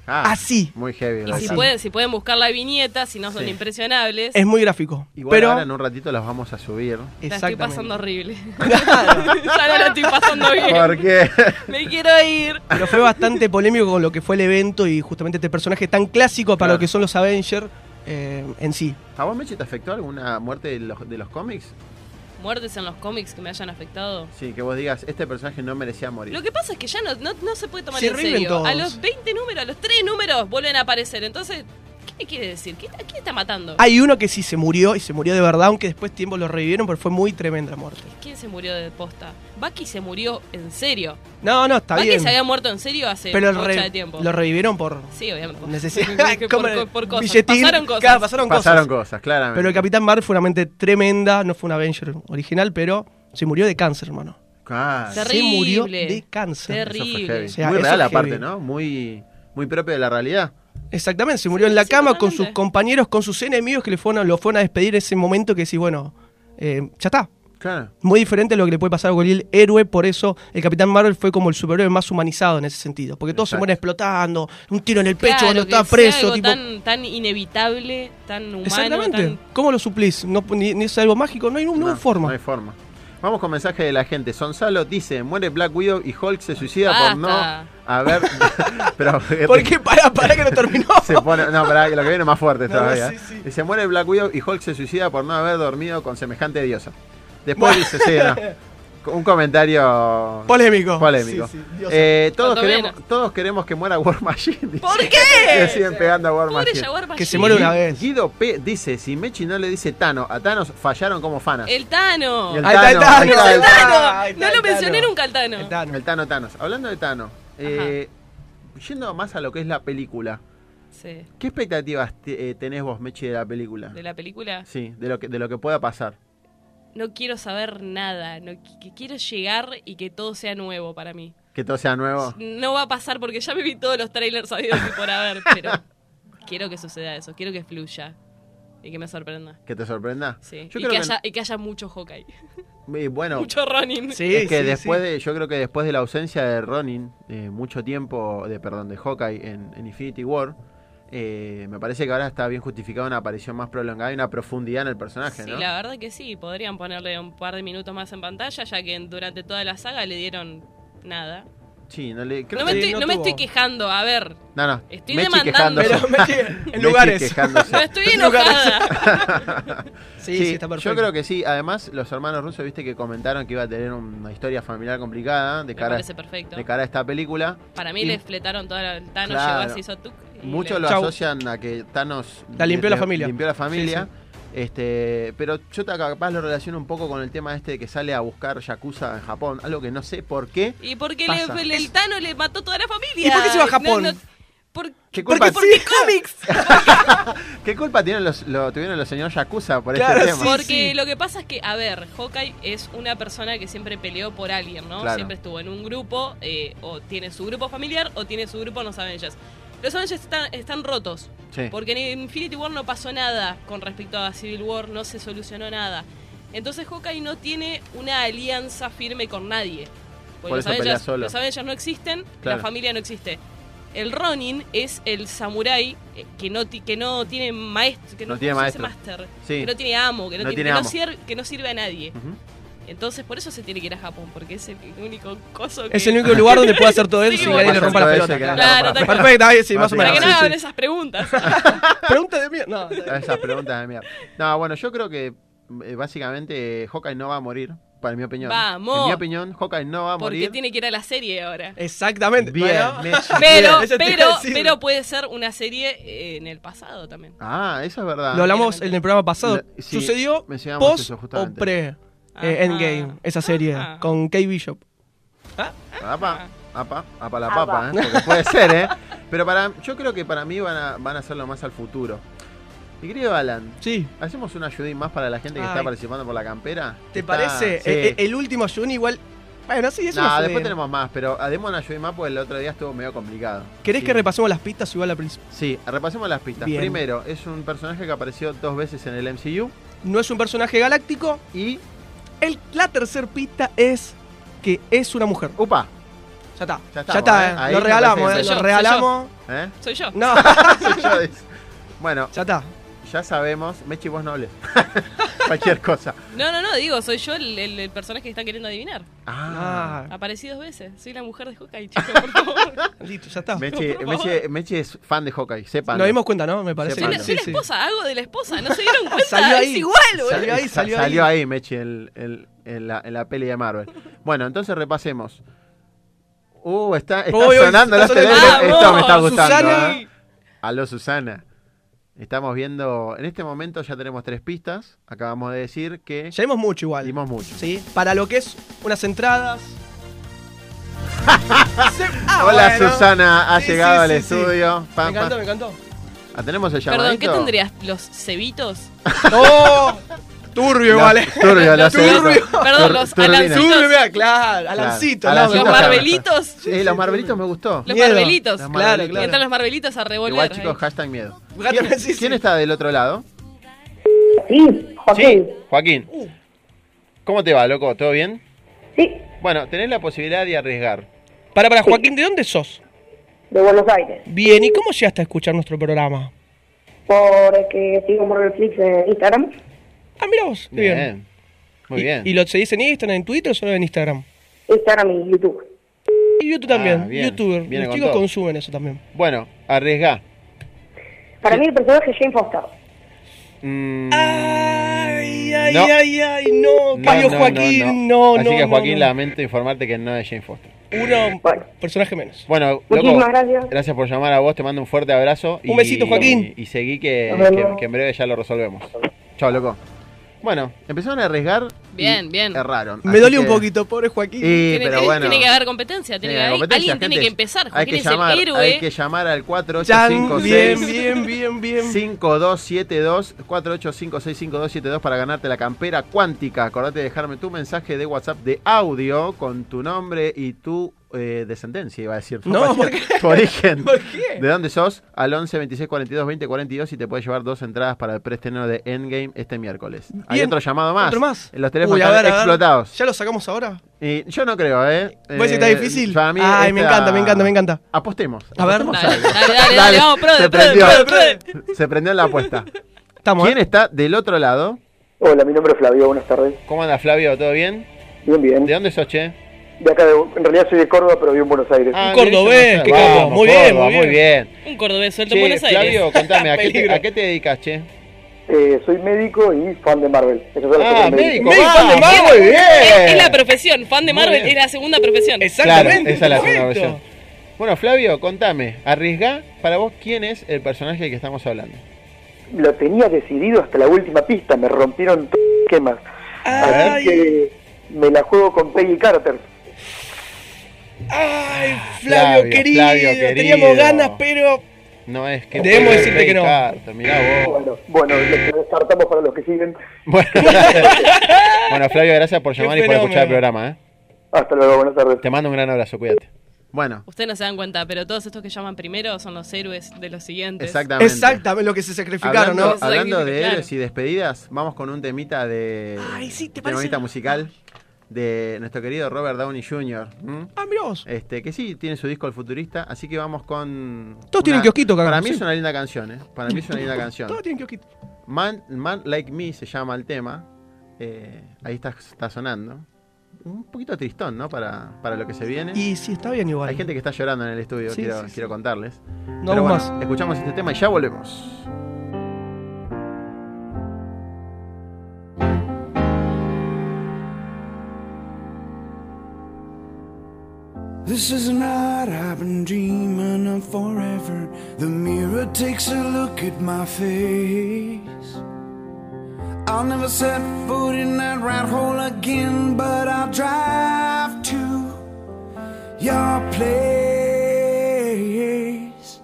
[SPEAKER 8] Ah,
[SPEAKER 9] Así.
[SPEAKER 8] Muy heavy.
[SPEAKER 15] Y si
[SPEAKER 8] Roxanne.
[SPEAKER 15] pueden, si pueden buscar la viñeta, si no son
[SPEAKER 8] Sí.
[SPEAKER 15] impresionables.
[SPEAKER 9] Es muy gráfico.
[SPEAKER 8] Igual
[SPEAKER 9] pero
[SPEAKER 8] ahora en un ratito las vamos a subir.
[SPEAKER 15] La estoy pasando horrible.
[SPEAKER 9] Claro.
[SPEAKER 15] ya no la estoy pasando bien.
[SPEAKER 8] ¿Por qué?
[SPEAKER 15] Me quiero ir.
[SPEAKER 9] Pero fue bastante polémico con lo que fue el evento y justamente este personaje tan clásico para
[SPEAKER 8] Claro.
[SPEAKER 9] lo que son los Avengers eh, en sí.
[SPEAKER 8] ¿A vos, Mechi, te afectó alguna muerte de los, de los cómics?
[SPEAKER 15] Muertes en los cómics que me hayan afectado.
[SPEAKER 8] Sí, que vos digas, este personaje no merecía morir.
[SPEAKER 15] Lo que pasa es que ya no, no, no se puede tomar
[SPEAKER 9] Se
[SPEAKER 15] en
[SPEAKER 9] rinden
[SPEAKER 15] serio.
[SPEAKER 9] todos.
[SPEAKER 15] A los 20 números, a los 3 números vuelven a aparecer. Entonces, ¿qué me quiere decir? ¿Qué, ¿A quién está matando?
[SPEAKER 9] Hay uno que sí se murió y se murió de verdad, aunque después tiempo lo revivieron, pero fue muy tremenda muerte.
[SPEAKER 15] ¿Quién se murió de posta? Bucky se murió en serio.
[SPEAKER 9] No, no, está
[SPEAKER 15] Bucky
[SPEAKER 9] bien.
[SPEAKER 15] se había muerto en serio hace
[SPEAKER 9] pero el
[SPEAKER 15] mucho
[SPEAKER 9] re-
[SPEAKER 15] de tiempo.
[SPEAKER 9] lo revivieron por
[SPEAKER 15] Sí, obviamente. por-
[SPEAKER 9] necesidad.
[SPEAKER 15] por-
[SPEAKER 9] Como
[SPEAKER 15] por, por cosas.
[SPEAKER 9] billetín.
[SPEAKER 15] Pasaron cosas.
[SPEAKER 9] Claro, pasaron,
[SPEAKER 8] Pasaron
[SPEAKER 9] cosas.
[SPEAKER 8] cosas, claramente.
[SPEAKER 9] Pero el Capitán Marvel fue una mente tremenda, no fue un Avenger original, pero se murió de cáncer, hermano.
[SPEAKER 8] Ah,
[SPEAKER 9] Se
[SPEAKER 15] Terrible.
[SPEAKER 9] murió de cáncer.
[SPEAKER 8] eso fue
[SPEAKER 15] Terrible.
[SPEAKER 8] heavy.
[SPEAKER 9] O sea,
[SPEAKER 8] muy
[SPEAKER 9] eso
[SPEAKER 8] real,
[SPEAKER 9] es heavy.
[SPEAKER 8] aparte, ¿no? Muy, muy propio de la realidad.
[SPEAKER 9] Exactamente, se murió en la cama con sus compañeros, con sus enemigos que le fueron, lo fueron a despedir en ese momento que decís, bueno, eh, ya está.
[SPEAKER 8] Claro.
[SPEAKER 9] Muy diferente a lo que le puede pasar a cualquier héroe, por eso el Capitán Marvel fue como el superhéroe más humanizado en ese sentido. Porque todos se
[SPEAKER 8] Exacto.
[SPEAKER 9] mueren explotando, un tiro en el pecho cuando
[SPEAKER 15] que sea
[SPEAKER 9] está preso.
[SPEAKER 15] algo
[SPEAKER 9] Tipo,
[SPEAKER 15] tan, tan inevitable, tan humano.
[SPEAKER 9] Exactamente.
[SPEAKER 15] tan-
[SPEAKER 9] ¿Cómo lo suplís? No, ni, ni es algo mágico, no hay, no hay forma.
[SPEAKER 8] No hay forma. Vamos con mensaje de la gente. Sonsalo dice, muere Black Widow y Hulk se suicida por
[SPEAKER 15] Basta.
[SPEAKER 8] no haber... Pero, este,
[SPEAKER 9] ¿Por qué? Pará, pará que no terminó.
[SPEAKER 8] Se pone, no, pará, que lo que viene es más fuerte
[SPEAKER 9] No,
[SPEAKER 8] todavía.
[SPEAKER 9] sí, sí.
[SPEAKER 8] Dice, muere Black Widow y Hulk se suicida por no haber dormido con semejante diosa. Después dice, sí, no. Un comentario
[SPEAKER 9] Polémico.
[SPEAKER 8] polémico.
[SPEAKER 9] Sí, sí, diosa.
[SPEAKER 8] Eh, todos,
[SPEAKER 15] Cuando
[SPEAKER 8] queremos, todos queremos que muera War Machine. dice.
[SPEAKER 15] ¿Por
[SPEAKER 8] Le
[SPEAKER 15] qué?
[SPEAKER 8] siguen pegando a War
[SPEAKER 15] Pobre
[SPEAKER 8] Machine.
[SPEAKER 15] Jaguar
[SPEAKER 9] Que se
[SPEAKER 15] Bashir.
[SPEAKER 9] muere una vez.
[SPEAKER 8] Guido P. dice, si Mechi no le dice Tano, a Thanos fallaron como fanas.
[SPEAKER 15] El Tano.
[SPEAKER 8] Y el
[SPEAKER 9] Ahí está el
[SPEAKER 8] Tano, ahí está
[SPEAKER 9] Tano. El
[SPEAKER 8] el
[SPEAKER 9] Tano.
[SPEAKER 15] Tano.
[SPEAKER 9] Ahí está
[SPEAKER 15] No
[SPEAKER 9] el
[SPEAKER 15] lo mencioné
[SPEAKER 9] Tano.
[SPEAKER 15] nunca al Tano.
[SPEAKER 9] El Tano.
[SPEAKER 8] El Tano Thanos. Hablando de Tano, eh, yendo más a lo que es la película,
[SPEAKER 15] Sí,
[SPEAKER 8] ¿qué expectativas te- eh, tenés vos, Mechi, de la película?
[SPEAKER 15] de la película.
[SPEAKER 8] Sí, de lo que, de lo que pueda pasar.
[SPEAKER 15] No quiero saber nada. No, qui- que quiero llegar y que todo sea nuevo para mí.
[SPEAKER 8] Que todo sea nuevo.
[SPEAKER 15] No va a pasar porque ya me vi todos los trailers sabidos y por haber, pero quiero que suceda eso. Quiero que fluya y que me sorprenda.
[SPEAKER 8] Que te sorprenda.
[SPEAKER 15] Sí.
[SPEAKER 8] Yo
[SPEAKER 15] y,
[SPEAKER 8] creo
[SPEAKER 15] que
[SPEAKER 8] que,
[SPEAKER 15] haya, y que haya mucho Hawkeye.
[SPEAKER 8] eh, bueno,
[SPEAKER 15] Mucho Ronin.
[SPEAKER 9] Sí,
[SPEAKER 8] es que
[SPEAKER 9] sí,
[SPEAKER 8] después
[SPEAKER 9] sí.
[SPEAKER 8] de, yo creo que después de la ausencia de Ronin, eh, mucho tiempo, de perdón, de Hawkeye en, en Infinity War, eh, me parece que ahora está bien justificada una aparición más prolongada y una profundidad en el personaje,
[SPEAKER 15] Sí,
[SPEAKER 8] ¿no?
[SPEAKER 15] la verdad que sí. Podrían ponerle un par de minutos más en pantalla, ya que en- durante toda la saga le dieron nada.
[SPEAKER 8] Sí, no le creo
[SPEAKER 15] No me,
[SPEAKER 8] que-
[SPEAKER 15] estoy,
[SPEAKER 9] no
[SPEAKER 15] no me
[SPEAKER 9] tuvo.
[SPEAKER 15] estoy quejando, a ver.
[SPEAKER 8] No, no.
[SPEAKER 15] Estoy
[SPEAKER 8] Mechi
[SPEAKER 15] demandando.
[SPEAKER 8] quejándose.
[SPEAKER 9] Pero Mechi, en
[SPEAKER 8] Mechi
[SPEAKER 9] lugares.
[SPEAKER 8] quejándose.
[SPEAKER 15] No estoy
[SPEAKER 9] En lugar de-
[SPEAKER 15] enojada.
[SPEAKER 9] Sí,
[SPEAKER 8] Sí,
[SPEAKER 9] sí, está perfecto.
[SPEAKER 8] Yo creo que sí. Además, los hermanos rusos, viste que comentaron que iba a tener una historia familiar complicada de
[SPEAKER 15] Me
[SPEAKER 8] cara,
[SPEAKER 15] parece perfecto.
[SPEAKER 8] de cara a esta película.
[SPEAKER 15] Para mí
[SPEAKER 8] Y
[SPEAKER 15] le fletaron toda la. El Tano
[SPEAKER 8] Claro.
[SPEAKER 15] llegó así, hizo tuc, y
[SPEAKER 8] Muchos
[SPEAKER 15] le-
[SPEAKER 8] lo
[SPEAKER 9] Chau.
[SPEAKER 8] asocian a que Thanos
[SPEAKER 9] La limpió la
[SPEAKER 8] le-
[SPEAKER 9] familia.
[SPEAKER 8] Limpió la familia.
[SPEAKER 9] Sí,
[SPEAKER 8] Este, pero yo ta- capaz lo relaciono un poco con el tema este de que sale a buscar Yakuza en Japón, algo que no sé por qué.
[SPEAKER 15] Y porque
[SPEAKER 8] Pasa.
[SPEAKER 15] le- el Tano le mató toda la familia.
[SPEAKER 9] ¿Y por qué se va a
[SPEAKER 15] No,
[SPEAKER 9] Japón?
[SPEAKER 15] no- por-
[SPEAKER 8] ¿Qué culpa,
[SPEAKER 15] porque porque cómics.
[SPEAKER 8] ¿Qué culpa tienen los, lo, tuvieron los señores Yakuza por
[SPEAKER 9] Claro,
[SPEAKER 8] este tema?
[SPEAKER 9] sí.
[SPEAKER 15] Porque lo que pasa es que, a ver, Hawkeye es una persona que siempre peleó por alguien, ¿no?
[SPEAKER 8] Claro.
[SPEAKER 15] Siempre estuvo en un grupo, eh, o tiene su grupo familiar, o tiene su grupo en los Avengers. Los Avengers están, están rotos,
[SPEAKER 8] Sí.
[SPEAKER 15] porque en Infinity War no pasó nada con respecto a Civil War, no se solucionó nada. Entonces Hawkeye no tiene una alianza firme con nadie. Porque
[SPEAKER 8] Por
[SPEAKER 15] los,
[SPEAKER 8] eso pelea
[SPEAKER 15] Avengers,
[SPEAKER 8] solo.
[SPEAKER 15] los Avengers no existen,
[SPEAKER 8] Claro.
[SPEAKER 15] la familia no existe. El Ronin es el samurái eh, que no, ti- que no tiene maestro, que
[SPEAKER 8] No
[SPEAKER 15] no,
[SPEAKER 8] tiene
[SPEAKER 15] ¿cómo se dice
[SPEAKER 8] maestro.
[SPEAKER 15] master?
[SPEAKER 8] Sí.
[SPEAKER 15] que no tiene amo, que no,
[SPEAKER 8] No
[SPEAKER 15] tiene,
[SPEAKER 8] tiene
[SPEAKER 15] que no
[SPEAKER 8] amo.
[SPEAKER 15] sirve, que no sirve a nadie.
[SPEAKER 8] Ujú.
[SPEAKER 15] Entonces, por eso se tiene que ir a Japón, porque es el único coso que...
[SPEAKER 9] Es el único lugar donde puede hacer todo eso
[SPEAKER 15] Sí,
[SPEAKER 9] sin que alguien le
[SPEAKER 8] bueno.
[SPEAKER 9] rompa la
[SPEAKER 8] Hacer
[SPEAKER 9] pelota.
[SPEAKER 8] todo eso y que
[SPEAKER 9] claro.
[SPEAKER 15] Claro, tal cual.
[SPEAKER 9] Perfecto, ahí sí, más o
[SPEAKER 15] Para
[SPEAKER 9] menos.
[SPEAKER 15] que no
[SPEAKER 9] Sí,
[SPEAKER 15] hagan
[SPEAKER 9] sí.
[SPEAKER 15] esas preguntas.
[SPEAKER 9] Pregunta de mierda. No, está bien.
[SPEAKER 8] Esas preguntas de mierda. No, bueno, yo creo que eh, básicamente eh, Hawkeye no va a morir. para mi opinión.
[SPEAKER 15] Vamos.
[SPEAKER 8] En mi opinión, Hawkeye no va a
[SPEAKER 15] Porque
[SPEAKER 8] morir.
[SPEAKER 15] tiene que ir a la serie ahora.
[SPEAKER 9] Exactamente.
[SPEAKER 8] Bien,
[SPEAKER 9] Bueno.
[SPEAKER 8] Mechi,
[SPEAKER 15] Pero,
[SPEAKER 8] bien.
[SPEAKER 9] Eso te iba
[SPEAKER 15] pero,
[SPEAKER 9] a decir.
[SPEAKER 15] pero puede ser una serie eh, en el pasado también.
[SPEAKER 8] Ah, eso es verdad.
[SPEAKER 9] Lo hablamos en el programa pasado.
[SPEAKER 8] La- sí,
[SPEAKER 9] Sucedió
[SPEAKER 8] mencionamos
[SPEAKER 9] post
[SPEAKER 8] eso,
[SPEAKER 9] o
[SPEAKER 8] justamente.
[SPEAKER 9] pre eh, Endgame, esa serie, con K. Bishop.
[SPEAKER 8] Apa, apa, apa la
[SPEAKER 9] Apa.
[SPEAKER 8] papa, ¿eh? Porque puede ser, ¿eh? Pero para, yo creo que para mí van a, van a hacerlo más al futuro. Mi querido Alan,
[SPEAKER 9] sí.
[SPEAKER 8] ¿hacemos una ayudín más para la gente que
[SPEAKER 9] Ay.
[SPEAKER 8] está participando por la campera?
[SPEAKER 9] ¿Te
[SPEAKER 8] Está-
[SPEAKER 9] parece?
[SPEAKER 8] Sí.
[SPEAKER 9] E- e- El, último Juni igual... Bueno, sí, eso
[SPEAKER 8] No,
[SPEAKER 9] no
[SPEAKER 8] después tenemos más, pero demos una ayudín más porque el otro día estuvo medio complicado.
[SPEAKER 9] ¿Querés
[SPEAKER 8] Sí.
[SPEAKER 9] que repasemos las pistas igual al principio?
[SPEAKER 8] Sí, repasemos las pistas.
[SPEAKER 9] Bien.
[SPEAKER 8] Primero, es un personaje que apareció dos veces en el MCU.
[SPEAKER 9] No es un personaje galáctico.
[SPEAKER 8] Y
[SPEAKER 9] el, la tercer pista es que es una mujer.
[SPEAKER 8] ¡Upa!
[SPEAKER 9] Ya está. Ya está,
[SPEAKER 8] estamos, ¿eh?
[SPEAKER 9] eh.
[SPEAKER 8] Ahí
[SPEAKER 9] lo
[SPEAKER 8] me
[SPEAKER 9] regalamos,
[SPEAKER 8] parece
[SPEAKER 9] eh.
[SPEAKER 8] que
[SPEAKER 9] Lo
[SPEAKER 8] soy yo,
[SPEAKER 9] regalamos.
[SPEAKER 8] ¿Eh?
[SPEAKER 15] Soy yo.
[SPEAKER 9] No.
[SPEAKER 8] Soy yo, dice. bueno.
[SPEAKER 9] Ya está.
[SPEAKER 8] Ya sabemos. Mechi, vos no hables. Cualquier cosa.
[SPEAKER 15] No, no, no, digo, soy yo el, el- el personaje que están queriendo adivinar.
[SPEAKER 8] Ah.
[SPEAKER 15] Aparecí dos veces. Soy la mujer de Hawkeye, chicos, por favor.
[SPEAKER 9] Ah, Listo, ya está.
[SPEAKER 8] Mechi,
[SPEAKER 15] Por favor.
[SPEAKER 8] Mechi- Mechi es fan de Hawkeye, sepan.
[SPEAKER 9] Nos dimos cuenta, ¿no? Me parece.
[SPEAKER 8] Sí,
[SPEAKER 15] Soy
[SPEAKER 8] Pablo.
[SPEAKER 15] la, soy la
[SPEAKER 9] Sí, sí.
[SPEAKER 15] esposa, hago de la esposa. No se dieron cuenta.
[SPEAKER 9] Salió
[SPEAKER 15] Es
[SPEAKER 9] ahí.
[SPEAKER 15] igual, boludo.
[SPEAKER 9] Salió ahí,
[SPEAKER 8] Sa-
[SPEAKER 9] salió ahí.
[SPEAKER 8] salió ahí, Mechi, en, en- en la, en la peli de Marvel. Bueno, entonces repasemos. Uh, está, está
[SPEAKER 9] Uy, uy,
[SPEAKER 8] sonando
[SPEAKER 9] está
[SPEAKER 8] las
[SPEAKER 9] sonando.
[SPEAKER 8] teléfonos. Esto me está
[SPEAKER 9] ¡Vamos,
[SPEAKER 8] gustando.
[SPEAKER 9] Susana!
[SPEAKER 8] ¿eh? Aló, Susana. Estamos viendo. En este momento ya tenemos tres pistas. Acabamos de decir que.
[SPEAKER 9] Ya dimos mucho igual.
[SPEAKER 8] Dimos mucho.
[SPEAKER 9] Sí. Para lo que es unas entradas. ah,
[SPEAKER 8] Hola,
[SPEAKER 9] bueno.
[SPEAKER 8] Susana. Ha
[SPEAKER 9] Sí,
[SPEAKER 8] llegado
[SPEAKER 9] sí,
[SPEAKER 8] al
[SPEAKER 9] sí, sí.
[SPEAKER 8] estudio.
[SPEAKER 9] Me
[SPEAKER 8] Pam,
[SPEAKER 9] encantó,
[SPEAKER 8] pam.
[SPEAKER 9] me encantó.
[SPEAKER 8] Ah, tenemos el llamadito.
[SPEAKER 15] Perdón, ¿qué tendrías? ¿Los cebitos?
[SPEAKER 9] ¡Oh! Turbio, eh.
[SPEAKER 8] Los-
[SPEAKER 9] vale.
[SPEAKER 8] turbio, los cebitos.
[SPEAKER 15] Perdón,
[SPEAKER 8] Tur-
[SPEAKER 15] los
[SPEAKER 8] turbina.
[SPEAKER 15] alancitos.
[SPEAKER 9] Turbio, mira, claro. Alancito,
[SPEAKER 8] Claro,
[SPEAKER 9] no,
[SPEAKER 8] alancito,
[SPEAKER 9] no,
[SPEAKER 8] claro.
[SPEAKER 15] Marbelitos.
[SPEAKER 8] Sí, los marbelitos me gustó.
[SPEAKER 15] Los
[SPEAKER 9] Miedo.
[SPEAKER 15] marbelitos.
[SPEAKER 8] Los
[SPEAKER 9] claro,
[SPEAKER 8] marbelitos.
[SPEAKER 9] claro.
[SPEAKER 15] Entran los marbelitos a eh. revolver.
[SPEAKER 8] Igual,
[SPEAKER 15] ahí.
[SPEAKER 8] chicos, hashtag miedo.
[SPEAKER 9] Gato,
[SPEAKER 8] ¿Quién,
[SPEAKER 9] sí, sí.
[SPEAKER 8] quién está del otro lado?
[SPEAKER 16] Sí, Joaquín.
[SPEAKER 8] Joaquín.
[SPEAKER 9] Uh.
[SPEAKER 8] ¿Cómo te va, loco? ¿Todo bien?
[SPEAKER 16] Sí.
[SPEAKER 8] Bueno, tenés la posibilidad de arriesgar.
[SPEAKER 9] Para, para, Joaquín, ¿de dónde sos?
[SPEAKER 16] De Buenos Aires.
[SPEAKER 9] Bien, ¿y cómo llegaste a escuchar nuestro programa?
[SPEAKER 16] Porque sigo Marvel Flix en Instagram.
[SPEAKER 9] Ah, mira vos. Muy bien.
[SPEAKER 8] Muy
[SPEAKER 9] ¿Y-
[SPEAKER 8] bien.
[SPEAKER 9] ¿Y, lo seguís en Instagram, en Twitter o solo en Instagram?
[SPEAKER 16] Instagram y YouTube.
[SPEAKER 9] Y YouTube también.
[SPEAKER 8] Ah, bien.
[SPEAKER 9] YouTuber.
[SPEAKER 8] Viene
[SPEAKER 9] Los
[SPEAKER 8] con
[SPEAKER 9] chicos
[SPEAKER 8] todo.
[SPEAKER 9] consumen eso también.
[SPEAKER 8] Bueno, arriesgá.
[SPEAKER 16] Para mí el personaje es Jane Foster.
[SPEAKER 8] Mm,
[SPEAKER 9] Ah, Ay, ay,
[SPEAKER 8] No.
[SPEAKER 9] ay, ay, no.
[SPEAKER 8] no,
[SPEAKER 9] Cayó
[SPEAKER 8] no, no,
[SPEAKER 9] Joaquín. No, no,
[SPEAKER 8] Así que
[SPEAKER 9] no,
[SPEAKER 8] Joaquín,
[SPEAKER 9] no.
[SPEAKER 8] lamento informarte que no es Jane Foster.
[SPEAKER 9] Uno personaje menos.
[SPEAKER 8] Bueno,
[SPEAKER 16] Muchísimas
[SPEAKER 8] loco,
[SPEAKER 16] gracias.
[SPEAKER 8] gracias por llamar a vos, te mando un fuerte abrazo.
[SPEAKER 9] Un besito, Joaquín.
[SPEAKER 8] Y, y seguí que,
[SPEAKER 16] Nos vemos.
[SPEAKER 8] que- que en breve ya lo resolvemos. Chao, loco. Bueno, empezaron a arriesgar. y
[SPEAKER 15] Bien, bien.
[SPEAKER 8] Erraron.
[SPEAKER 9] Me
[SPEAKER 8] así
[SPEAKER 9] dolió un
[SPEAKER 8] que-
[SPEAKER 9] poquito, pobre Joaquín.
[SPEAKER 8] Y,
[SPEAKER 15] Tiene,
[SPEAKER 8] pero
[SPEAKER 15] tiene-
[SPEAKER 8] bueno.
[SPEAKER 15] tiene que haber competencia. Tiene
[SPEAKER 8] Tiene
[SPEAKER 15] que haber-
[SPEAKER 8] competencia,
[SPEAKER 15] alguien tiene
[SPEAKER 8] gente.
[SPEAKER 15] que empezar.
[SPEAKER 8] Hay
[SPEAKER 15] Joaquín
[SPEAKER 8] que,
[SPEAKER 15] es
[SPEAKER 8] llamar,
[SPEAKER 15] el héroe.
[SPEAKER 8] hay que llamar al
[SPEAKER 9] Chan, bien,
[SPEAKER 8] 4856
[SPEAKER 9] bien, bien, bien.
[SPEAKER 8] 5272 48565272 para ganarte la campera cuántica. Acordate de dejarme tu mensaje de WhatsApp de audio con tu nombre y tu eh, descendencia, iba a decir.
[SPEAKER 9] No, ¿por qué?
[SPEAKER 8] tu origen.
[SPEAKER 9] ¿Por qué?
[SPEAKER 8] ¿De dónde sos? Al 11 26 42 20 42 y te puedes llevar dos entradas para el preestreno de Endgame este miércoles. Hay
[SPEAKER 9] Bien.
[SPEAKER 8] otro llamado más.
[SPEAKER 9] ¿Otro más?
[SPEAKER 8] Los teléfonos
[SPEAKER 9] Uy, a
[SPEAKER 8] están
[SPEAKER 9] ver, a ver.
[SPEAKER 8] explotados.
[SPEAKER 9] ¿Ya lo sacamos ahora?
[SPEAKER 8] Y yo no creo, ¿eh?
[SPEAKER 9] ¿Vos decís
[SPEAKER 8] Eh,
[SPEAKER 9] que está difícil?
[SPEAKER 8] para mí
[SPEAKER 9] Ay, me
[SPEAKER 8] esta-
[SPEAKER 9] encanta, me encanta, me encanta.
[SPEAKER 8] Apostemos.
[SPEAKER 9] A ver.
[SPEAKER 8] apostemos
[SPEAKER 9] Dale,
[SPEAKER 8] algo.
[SPEAKER 9] dale, dale,
[SPEAKER 15] dale, vamos, prode,
[SPEAKER 8] se
[SPEAKER 15] prode,
[SPEAKER 8] prendió.
[SPEAKER 15] prode,
[SPEAKER 8] Se prendió en la apuesta.
[SPEAKER 9] Estamos,
[SPEAKER 8] ¿Quién está del otro lado?
[SPEAKER 17] Hola, mi nombre es Flavio, buenas tardes.
[SPEAKER 8] ¿Cómo anda Flavio? ¿Todo bien?
[SPEAKER 17] Bien, bien.
[SPEAKER 8] ¿De dónde sos, che?
[SPEAKER 17] De acá, de- en realidad soy de Córdoba, pero vivo en Buenos Aires.
[SPEAKER 8] Ah, vivís en Buenos
[SPEAKER 9] cordobés, qué
[SPEAKER 8] Aires.
[SPEAKER 9] capo.
[SPEAKER 8] Vamos,
[SPEAKER 9] Muy bien,
[SPEAKER 8] Córdoba,
[SPEAKER 9] muy
[SPEAKER 8] muy bien.
[SPEAKER 9] ¿eh?
[SPEAKER 15] Un cordobés suelto en
[SPEAKER 8] Che,
[SPEAKER 15] Buenos Aires.
[SPEAKER 8] Flavio, contame, ¿a qué, te,
[SPEAKER 9] Peligro.
[SPEAKER 8] a qué te dedicas, che?
[SPEAKER 17] Eh, soy médico y fan de Marvel. Esas son las cosas
[SPEAKER 8] Ah,
[SPEAKER 17] que me
[SPEAKER 8] médico.
[SPEAKER 17] dedico.
[SPEAKER 15] Médico,
[SPEAKER 8] vamos, eh.
[SPEAKER 15] fan de Marvel.
[SPEAKER 8] muy bien.
[SPEAKER 15] Es, es la profesión. Fan de
[SPEAKER 8] Muy
[SPEAKER 15] Marvel
[SPEAKER 8] bien.
[SPEAKER 15] es la segunda profesión.
[SPEAKER 8] Claro,
[SPEAKER 9] Exactamente.
[SPEAKER 8] esa es la segunda
[SPEAKER 9] perfecto.
[SPEAKER 8] versión. Bueno, Flavio, contame, arriesgá para vos quién es el personaje del que estamos hablando.
[SPEAKER 17] Lo tenía decidido hasta la última pista, me rompieron todos los esquemas.
[SPEAKER 9] Ay.
[SPEAKER 17] Así que me la juego con Peggy Carter.
[SPEAKER 9] Ay, Flavio,
[SPEAKER 8] Flavio,
[SPEAKER 9] querido,
[SPEAKER 8] Flavio, querido.
[SPEAKER 9] Teníamos ganas, pero.
[SPEAKER 8] No es que.
[SPEAKER 9] Debemos decirte que no.
[SPEAKER 8] Carter, mirá vos.
[SPEAKER 17] Bueno, bueno, lo descartamos para los que siguen.
[SPEAKER 8] Bueno, bueno, Flavio, gracias por
[SPEAKER 9] Qué
[SPEAKER 8] llamar y por escuchar el
[SPEAKER 9] fenómeno.
[SPEAKER 8] programa. ¿eh?
[SPEAKER 17] Hasta luego, buenas tardes.
[SPEAKER 8] Te mando un gran abrazo, cuídate. Bueno,
[SPEAKER 15] Ustedes no se dan cuenta, pero todos estos que llaman primero son los héroes de los siguientes.
[SPEAKER 8] exactamente.
[SPEAKER 9] Exactamente lo que se sacrificaron,
[SPEAKER 8] Hablando,
[SPEAKER 9] ¿no?
[SPEAKER 8] hablando de
[SPEAKER 15] Claro.
[SPEAKER 8] héroes y despedidas, vamos con un temita de.
[SPEAKER 9] Ay, sí, ¿te
[SPEAKER 8] de
[SPEAKER 9] parece?
[SPEAKER 8] temita musical de nuestro querido Robert Downey Jr. ¿m?
[SPEAKER 9] Ah, mirá vos.
[SPEAKER 8] Este, que sí, tiene su disco El Futurista, así que vamos con.
[SPEAKER 9] Todos tienen kiosquito, cagamos,
[SPEAKER 8] Para mí
[SPEAKER 9] sí.
[SPEAKER 8] es una linda canción, ¿eh? Para mí es una linda canción.
[SPEAKER 9] Todos tienen kiosquito.
[SPEAKER 8] Man, Man Like Me se llama el tema. Eh, ahí está, está sonando. Un poquito tristón, ¿no? Para, para lo que se viene.
[SPEAKER 9] Y sí, está bien igual.
[SPEAKER 8] Hay gente que está llorando en el estudio,
[SPEAKER 9] Sí,
[SPEAKER 8] quiero,
[SPEAKER 9] sí, sí.
[SPEAKER 8] quiero contarles.
[SPEAKER 9] No
[SPEAKER 8] Pero
[SPEAKER 9] hago
[SPEAKER 8] bueno,
[SPEAKER 9] más.
[SPEAKER 8] escuchamos este tema y ya volvemos.
[SPEAKER 12] Thank
[SPEAKER 18] This is a night I've been dreaming of forever. The mirror takes a look at my face. I'll never set foot in that rat hole again, but I'll drive to your place.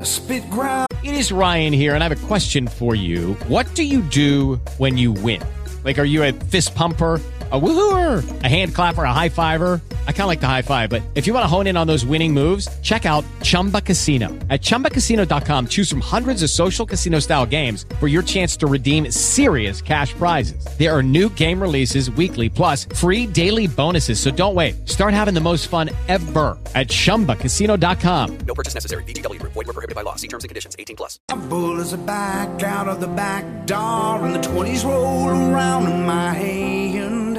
[SPEAKER 18] I spit ground.
[SPEAKER 11] It is Ryan here, and I have a question for you. What do you do when you win? Like, are you a fist pumper? A woohooer, a hand clapper, a high fiver. I kind of like the high five, but if you want to hone in on those winning moves, check out Chumba Casino. At chumbacasino.com, choose from hundreds of social casino style games for your chance to redeem serious cash prizes. There are new game releases weekly, plus free daily bonuses. So don't wait. Start having the most fun ever at chumbacasino.com.
[SPEAKER 19] No purchase necessary. BGW. Void were prohibited by law. See terms and conditions. 18 plus.
[SPEAKER 18] My bullets are back out of the back door, and the 20s roll around in my hand.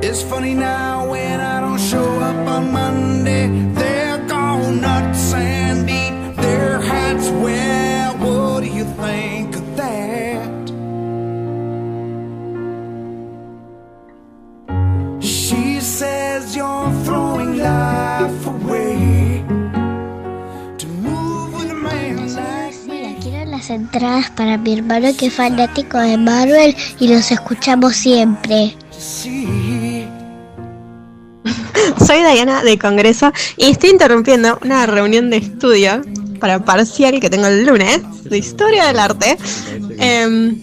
[SPEAKER 18] It's funny now when I don't show up on Monday, they're gone nuts and beat their hats. Well, what do you think of that? She says you're throwing life away to move with a man like
[SPEAKER 20] Quiero las entradas para mi hermano que es fanático de Marvel y los escuchamos siempre.
[SPEAKER 21] Soy Dayana de Congreso y estoy interrumpiendo una reunión de estudio para parcial que tengo el lunes de Historia del Arte. Em,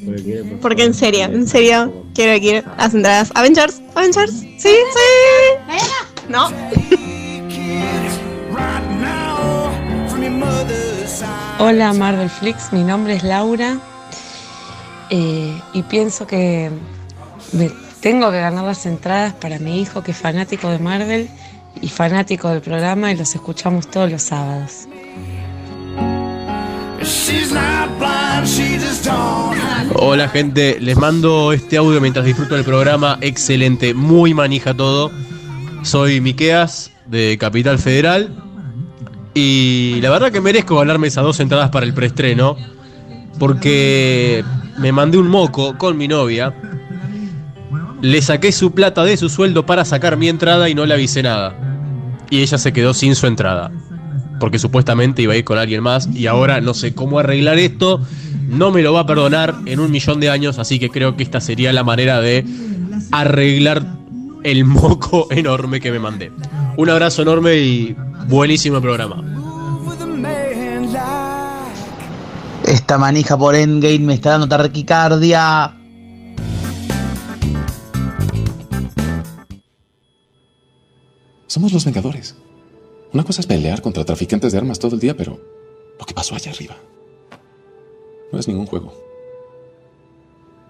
[SPEAKER 21] porque en serio, en serio, quiero ir las entradas Avengers, Avengers, sí, sí. No.
[SPEAKER 18] from your mother's side.
[SPEAKER 22] Hola Marvel Flix, mi nombre es Laura eh, y pienso que me tengo que ganar las entradas para mi hijo que es fanático de Marvel y fanático del programa y los escuchamos todos los sábados.
[SPEAKER 18] She's not blind, she just don't have
[SPEAKER 23] Hola gente, les mando este audio mientras disfruto del programa. Excelente, muy manija todo. Soy Miqueas de Capital Federal y la verdad que merezco ganarme esas dos entradas para el preestreno porque me mandé un moco con mi novia. Le saqué su plata de su sueldo para sacar mi entrada y no le avisé nada. Y ella se quedó sin su entrada. Porque supuestamente iba a ir con alguien más y ahora no sé cómo arreglar esto. No me lo va a perdonar en un millón de años, así que creo que esta sería la manera de arreglar el moco enorme que me mandé. Un abrazo enorme y buenísimo programa.
[SPEAKER 24] Esta manija por Endgame me está dando taquicardia.
[SPEAKER 25] Somos los Vengadores. Una cosa es pelear contra traficantes de armas todo el día, pero lo que pasó allá arriba no es ningún juego.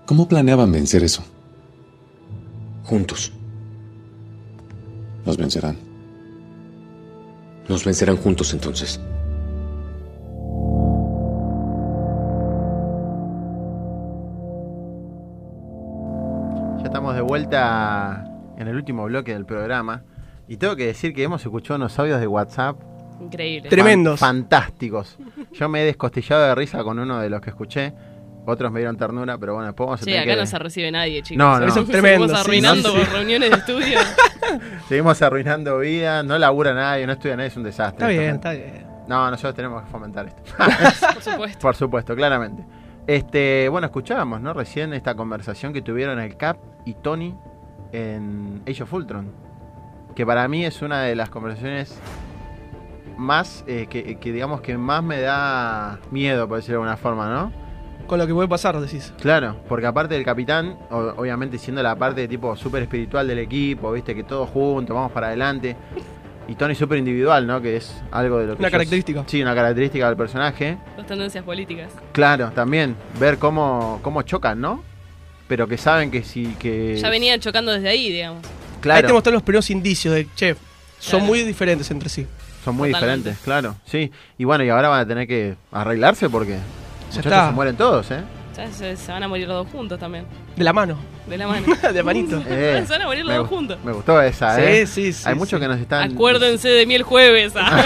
[SPEAKER 25] ¿Cómo planeaban vencer eso? Juntos. Nos vencerán.
[SPEAKER 26] Nos vencerán juntos entonces.
[SPEAKER 8] Ya estamos de vuelta en el último bloque del programa. Y tengo que decir que hemos escuchado unos audios de WhatsApp.
[SPEAKER 15] Increíble.
[SPEAKER 8] fan- fantásticos. Yo me he descostillado de risa con uno de los que escuché. Otros me dieron ternura, pero bueno, después vamos a
[SPEAKER 15] Sí,
[SPEAKER 8] tener
[SPEAKER 15] acá
[SPEAKER 8] que-
[SPEAKER 15] no se recibe nadie, chicos.
[SPEAKER 8] No, no.
[SPEAKER 15] Seguimos arruinando
[SPEAKER 8] No, sí.
[SPEAKER 15] reuniones de estudio.
[SPEAKER 8] Seguimos arruinando vida, no labura nadie, no estudia nadie, es un desastre.
[SPEAKER 9] Está
[SPEAKER 8] Esta
[SPEAKER 9] bien,
[SPEAKER 8] gente.
[SPEAKER 9] está bien.
[SPEAKER 8] No, nosotros tenemos que fomentar esto.
[SPEAKER 9] Por
[SPEAKER 15] supuesto.
[SPEAKER 8] Por supuesto, claramente. Este, bueno, escuchábamos, ¿no? Recién esta conversación que tuvieron el Cap y Tony en Age of Ultron. Que para mí es una de las conversaciones más, eh, que, que digamos que más me da miedo, por decirlo de alguna forma, ¿no?
[SPEAKER 9] Con lo que puede pasar, decís.
[SPEAKER 8] Claro, porque aparte del capitán, o- obviamente siendo la parte de tipo súper espiritual del equipo, viste que todos juntos, vamos para adelante. Y Tony súper individual, ¿no? Que es algo de lo que...
[SPEAKER 15] Una
[SPEAKER 8] yo-
[SPEAKER 15] característica.
[SPEAKER 8] Sí, una característica del personaje.
[SPEAKER 15] Dos tendencias políticas.
[SPEAKER 8] Claro, también. Ver cómo, cómo chocan, ¿no? Pero que saben que sí, que...
[SPEAKER 15] Ya venían chocando desde ahí, digamos.
[SPEAKER 8] Claro.
[SPEAKER 9] Ahí te mostré los primeros indicios de, che, son muy diferentes entre sí.
[SPEAKER 8] Son muy
[SPEAKER 9] Totalmente.
[SPEAKER 8] diferentes, claro. Sí. Y bueno, y ahora van a tener que arreglarse porque... muchachos,
[SPEAKER 9] está.
[SPEAKER 8] se mueren todos, ¿eh?
[SPEAKER 15] Ya se, se van a morir los dos juntos también.
[SPEAKER 9] De la mano.
[SPEAKER 15] De la mano.
[SPEAKER 9] de manito.
[SPEAKER 8] Eh,
[SPEAKER 15] se van a morir los
[SPEAKER 8] me
[SPEAKER 15] dos
[SPEAKER 8] gu-
[SPEAKER 15] juntos.
[SPEAKER 8] Me gustó esa,
[SPEAKER 9] Sí,
[SPEAKER 8] ¿eh?
[SPEAKER 9] sí, sí,
[SPEAKER 8] Hay
[SPEAKER 9] sí.
[SPEAKER 8] muchos que nos están...
[SPEAKER 15] Acuérdense de mí el jueves. ah.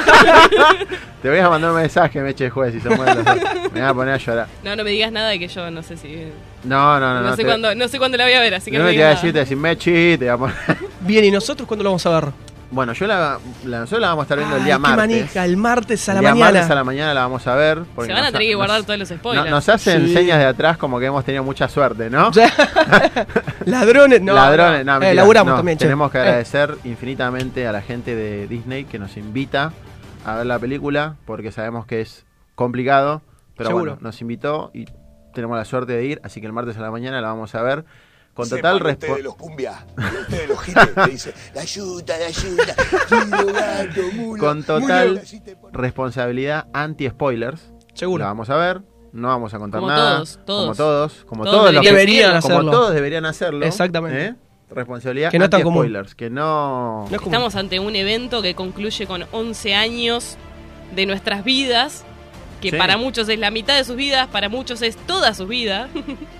[SPEAKER 8] Te voy a mandar un mensaje, Meche, de jueves, si se mueren los dos. Me voy a poner a llorar.
[SPEAKER 15] No, no me digas nada de que yo no sé si.
[SPEAKER 8] No, no, no.
[SPEAKER 15] No,
[SPEAKER 8] no,
[SPEAKER 15] sé
[SPEAKER 8] te-
[SPEAKER 15] cuándo, no sé cuándo la voy a ver, así que
[SPEAKER 8] no
[SPEAKER 15] no,
[SPEAKER 8] te
[SPEAKER 15] me
[SPEAKER 8] voy a
[SPEAKER 15] digas
[SPEAKER 8] decir, te voy a decir, Mechi, te voy a poner...
[SPEAKER 9] Bien, ¿y nosotros cuándo lo vamos a ver?
[SPEAKER 8] Bueno, yo la, la- nosotros la vamos a estar viendo el
[SPEAKER 9] Ay,
[SPEAKER 8] día
[SPEAKER 9] qué
[SPEAKER 8] martes.
[SPEAKER 9] manija, el martes a la
[SPEAKER 8] El día
[SPEAKER 9] mañana.
[SPEAKER 8] martes a la mañana la vamos a ver. porque
[SPEAKER 15] Se van a
[SPEAKER 8] nos-
[SPEAKER 15] tener que guardar
[SPEAKER 8] nos-
[SPEAKER 15] todos los
[SPEAKER 8] no-
[SPEAKER 15] spoilers.
[SPEAKER 8] nos hacen
[SPEAKER 9] Sí.
[SPEAKER 8] señas de atrás como que hemos tenido mucha suerte, ¿no?
[SPEAKER 9] Ladrones, no.
[SPEAKER 8] Ladrones, no,
[SPEAKER 9] Eh,
[SPEAKER 8] mentira,
[SPEAKER 9] laburamos
[SPEAKER 8] no.
[SPEAKER 9] también, che.
[SPEAKER 8] Tenemos que
[SPEAKER 9] Eh.
[SPEAKER 8] agradecer infinitamente a la gente de Disney que nos invita a ver la película, porque sabemos que es complicado, pero
[SPEAKER 9] Seguro.
[SPEAKER 8] bueno, nos invitó y tenemos la suerte de ir, así que el martes a la mañana la vamos a ver. Con total
[SPEAKER 1] Sepan ustedes
[SPEAKER 8] respeto.
[SPEAKER 1] los cumbia, ustedes los hippies, que dice, la ayuda, la ayuda, chino, gato, mulo,
[SPEAKER 8] con
[SPEAKER 1] mulo".
[SPEAKER 8] total responsabilidad anti-spoilers. Seguro. La vamos a ver. No vamos a contar
[SPEAKER 9] Como
[SPEAKER 8] nada.
[SPEAKER 9] todos, todos.
[SPEAKER 8] Como todos. Como
[SPEAKER 9] Todos
[SPEAKER 8] todos, los que-
[SPEAKER 9] deberían
[SPEAKER 8] como
[SPEAKER 9] hacerlo.
[SPEAKER 8] todos deberían hacerlo.
[SPEAKER 9] Exactamente.
[SPEAKER 8] ¿eh? Responsabilidad
[SPEAKER 9] Que no es tan común.
[SPEAKER 8] anti-spoilers. Que no...
[SPEAKER 15] Estamos ante un evento que concluye con 11 años de nuestras vidas, que
[SPEAKER 8] Sí.
[SPEAKER 15] para muchos es la mitad de sus vidas, para muchos es toda su vida.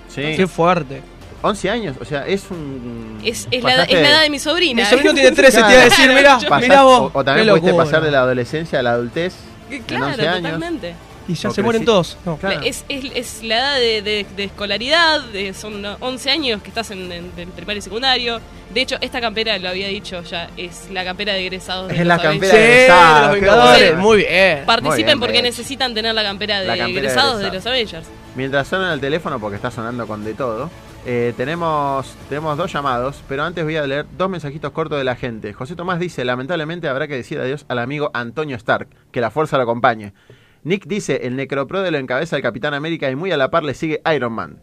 [SPEAKER 8] Sí.
[SPEAKER 9] Qué fuerte.
[SPEAKER 8] 11 años. O sea, es un...
[SPEAKER 15] Es, es la,
[SPEAKER 8] pasaste
[SPEAKER 15] es la
[SPEAKER 8] de-
[SPEAKER 15] edad de mi sobrina.
[SPEAKER 9] Mi sobrino tiene 13, te iba a decir, mirá,
[SPEAKER 8] Pasás-
[SPEAKER 9] mirá vos.
[SPEAKER 8] O, o también
[SPEAKER 9] qué
[SPEAKER 8] pudiste
[SPEAKER 9] locura.
[SPEAKER 8] pasar de la adolescencia a la adultez. en
[SPEAKER 15] Claro,
[SPEAKER 8] 11 años.
[SPEAKER 15] totalmente.
[SPEAKER 9] Y ya
[SPEAKER 8] O
[SPEAKER 9] se mueren
[SPEAKER 8] creci-
[SPEAKER 9] todos. No.
[SPEAKER 8] Claro.
[SPEAKER 15] Es, es- es la edad de, de- de escolaridad, de- son 11 años que estás en, en- en primario y secundario. De hecho, esta campera, lo había dicho ya, es la campera de egresados. de
[SPEAKER 8] Es la
[SPEAKER 15] los Avengers.
[SPEAKER 8] campera de egresados, qué bueno. Muy
[SPEAKER 15] Participen
[SPEAKER 8] bien,
[SPEAKER 15] porque
[SPEAKER 8] bien.
[SPEAKER 15] necesitan tener la campera de
[SPEAKER 8] La campera de
[SPEAKER 15] egresados de,
[SPEAKER 8] egresados.
[SPEAKER 15] los Avengers.
[SPEAKER 8] Mientras suena el teléfono, porque está sonando con de todo, eh, tenemos, tenemos dos llamados, pero antes voy a leer dos mensajitos cortos de la gente. José Tomás dice, lamentablemente habrá que decir adiós al amigo Antonio Stark, que la fuerza lo acompañe. Nick dice, el necropro de lo encabeza el Capitán América y muy a la par le sigue Iron Man.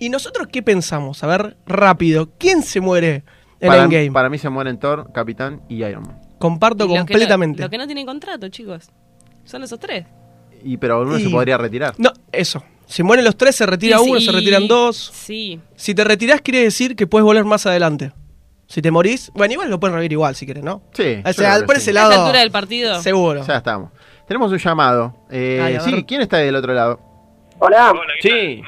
[SPEAKER 9] ¿Y nosotros qué pensamos? A ver, rápido. ¿Quién se muere en
[SPEAKER 8] Para,
[SPEAKER 9] Endgame?
[SPEAKER 8] para mí se mueren Thor, Capitán y Iron Man.
[SPEAKER 9] Comparto
[SPEAKER 15] Los que no-
[SPEAKER 9] completamente.
[SPEAKER 15] los que no tienen contrato, chicos. Son esos tres.
[SPEAKER 8] Y, pero uno se
[SPEAKER 9] Y-
[SPEAKER 8] podría retirar.
[SPEAKER 9] No, eso. Se mueren los tres, se retira
[SPEAKER 15] Y
[SPEAKER 9] uno,
[SPEAKER 15] sí,
[SPEAKER 9] se retiran dos.
[SPEAKER 15] Sí.
[SPEAKER 9] Si te retirás, quiere decir que puedes volver más adelante. Si te morís, bueno, igual lo pueden revivir igual si querés, ¿no?
[SPEAKER 8] Sí.
[SPEAKER 9] O
[SPEAKER 8] yo
[SPEAKER 9] sea,
[SPEAKER 8] creo que
[SPEAKER 9] por
[SPEAKER 8] sí.
[SPEAKER 9] ese lado.
[SPEAKER 15] A esta altura del partido.
[SPEAKER 9] Seguro.
[SPEAKER 8] Ya estamos. Tenemos un llamado. Eh,
[SPEAKER 9] Ay, a ver.
[SPEAKER 8] sí, ¿quién está ahí del otro lado?
[SPEAKER 2] Hola.
[SPEAKER 8] Sí.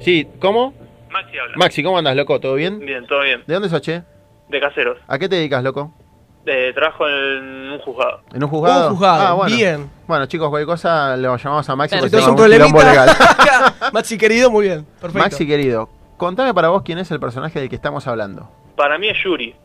[SPEAKER 8] Sí, ¿cómo?
[SPEAKER 2] Maxi habla.
[SPEAKER 8] Maxi, ¿cómo andas, loco? ¿Todo bien?
[SPEAKER 2] Bien, todo bien.
[SPEAKER 8] ¿De dónde sos, che?
[SPEAKER 2] De caseros.
[SPEAKER 8] ¿A qué te dedicas, loco?
[SPEAKER 2] Eh, trabajo en un juzgado.
[SPEAKER 8] ¿En un juzgado?
[SPEAKER 2] Un juzgado,
[SPEAKER 8] ah, bueno.
[SPEAKER 2] bien.
[SPEAKER 8] Bueno, chicos, cualquier cosa lo llamamos a Maxi.
[SPEAKER 2] Claro.
[SPEAKER 8] porque
[SPEAKER 2] Si tenés
[SPEAKER 8] tenemos
[SPEAKER 2] un
[SPEAKER 8] quilombo
[SPEAKER 9] problemita.
[SPEAKER 8] legal.
[SPEAKER 9] Maxi querido, muy bien. Perfecto.
[SPEAKER 8] Maxi, querido, contame para vos quién es el personaje del que estamos hablando.
[SPEAKER 2] Para mí es Yuri.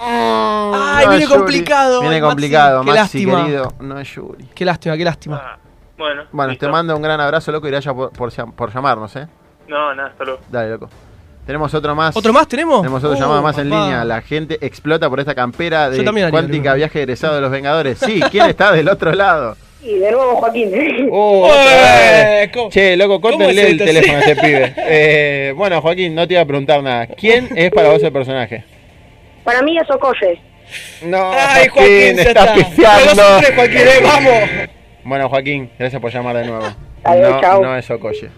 [SPEAKER 9] Ay,
[SPEAKER 8] No
[SPEAKER 9] Ah, viene
[SPEAKER 8] es Yuri.
[SPEAKER 9] complicado.
[SPEAKER 8] Viene
[SPEAKER 9] ay,
[SPEAKER 8] complicado,
[SPEAKER 9] Maxi, qué
[SPEAKER 8] Maxi,
[SPEAKER 9] lástima.
[SPEAKER 8] querido. No es Yuri.
[SPEAKER 9] Qué lástima, qué lástima.
[SPEAKER 8] Ah.
[SPEAKER 2] Bueno,
[SPEAKER 8] Bueno, te mando un gran abrazo, loco, y gracias por, por, llam- por llamarnos, ¿eh?
[SPEAKER 2] no, nada, hasta luego.
[SPEAKER 8] Dale, loco. Tenemos otro más.
[SPEAKER 9] ¿Otro más tenemos?
[SPEAKER 8] Tenemos otro
[SPEAKER 9] Oh,
[SPEAKER 8] llamado más en
[SPEAKER 9] papá.
[SPEAKER 8] línea. La gente explota por esta campera
[SPEAKER 9] Yo
[SPEAKER 8] de
[SPEAKER 9] también haría,
[SPEAKER 8] cuántica viaje egresado de los Vengadores. Sí, ¿quién está del otro lado?
[SPEAKER 16] Y de nuevo Joaquín.
[SPEAKER 8] Eh, Che, loco,
[SPEAKER 16] cómo
[SPEAKER 8] córtenle
[SPEAKER 16] es
[SPEAKER 8] el
[SPEAKER 16] esto?
[SPEAKER 8] teléfono a este pibe. Eh, bueno, Joaquín, no te iba a preguntar nada. ¿Quién es para vos el personaje?
[SPEAKER 16] Para mí es Ocoye.
[SPEAKER 8] No,
[SPEAKER 16] Ay,
[SPEAKER 8] Joaquín,
[SPEAKER 16] ya
[SPEAKER 8] estás
[SPEAKER 16] está.
[SPEAKER 8] pifiando.
[SPEAKER 16] Pero nosotros, Joaquín, eh, vamos.
[SPEAKER 8] Bueno, Joaquín, gracias por llamar de nuevo.
[SPEAKER 16] Adiós,
[SPEAKER 8] no,
[SPEAKER 16] chau.
[SPEAKER 8] no es Okoye.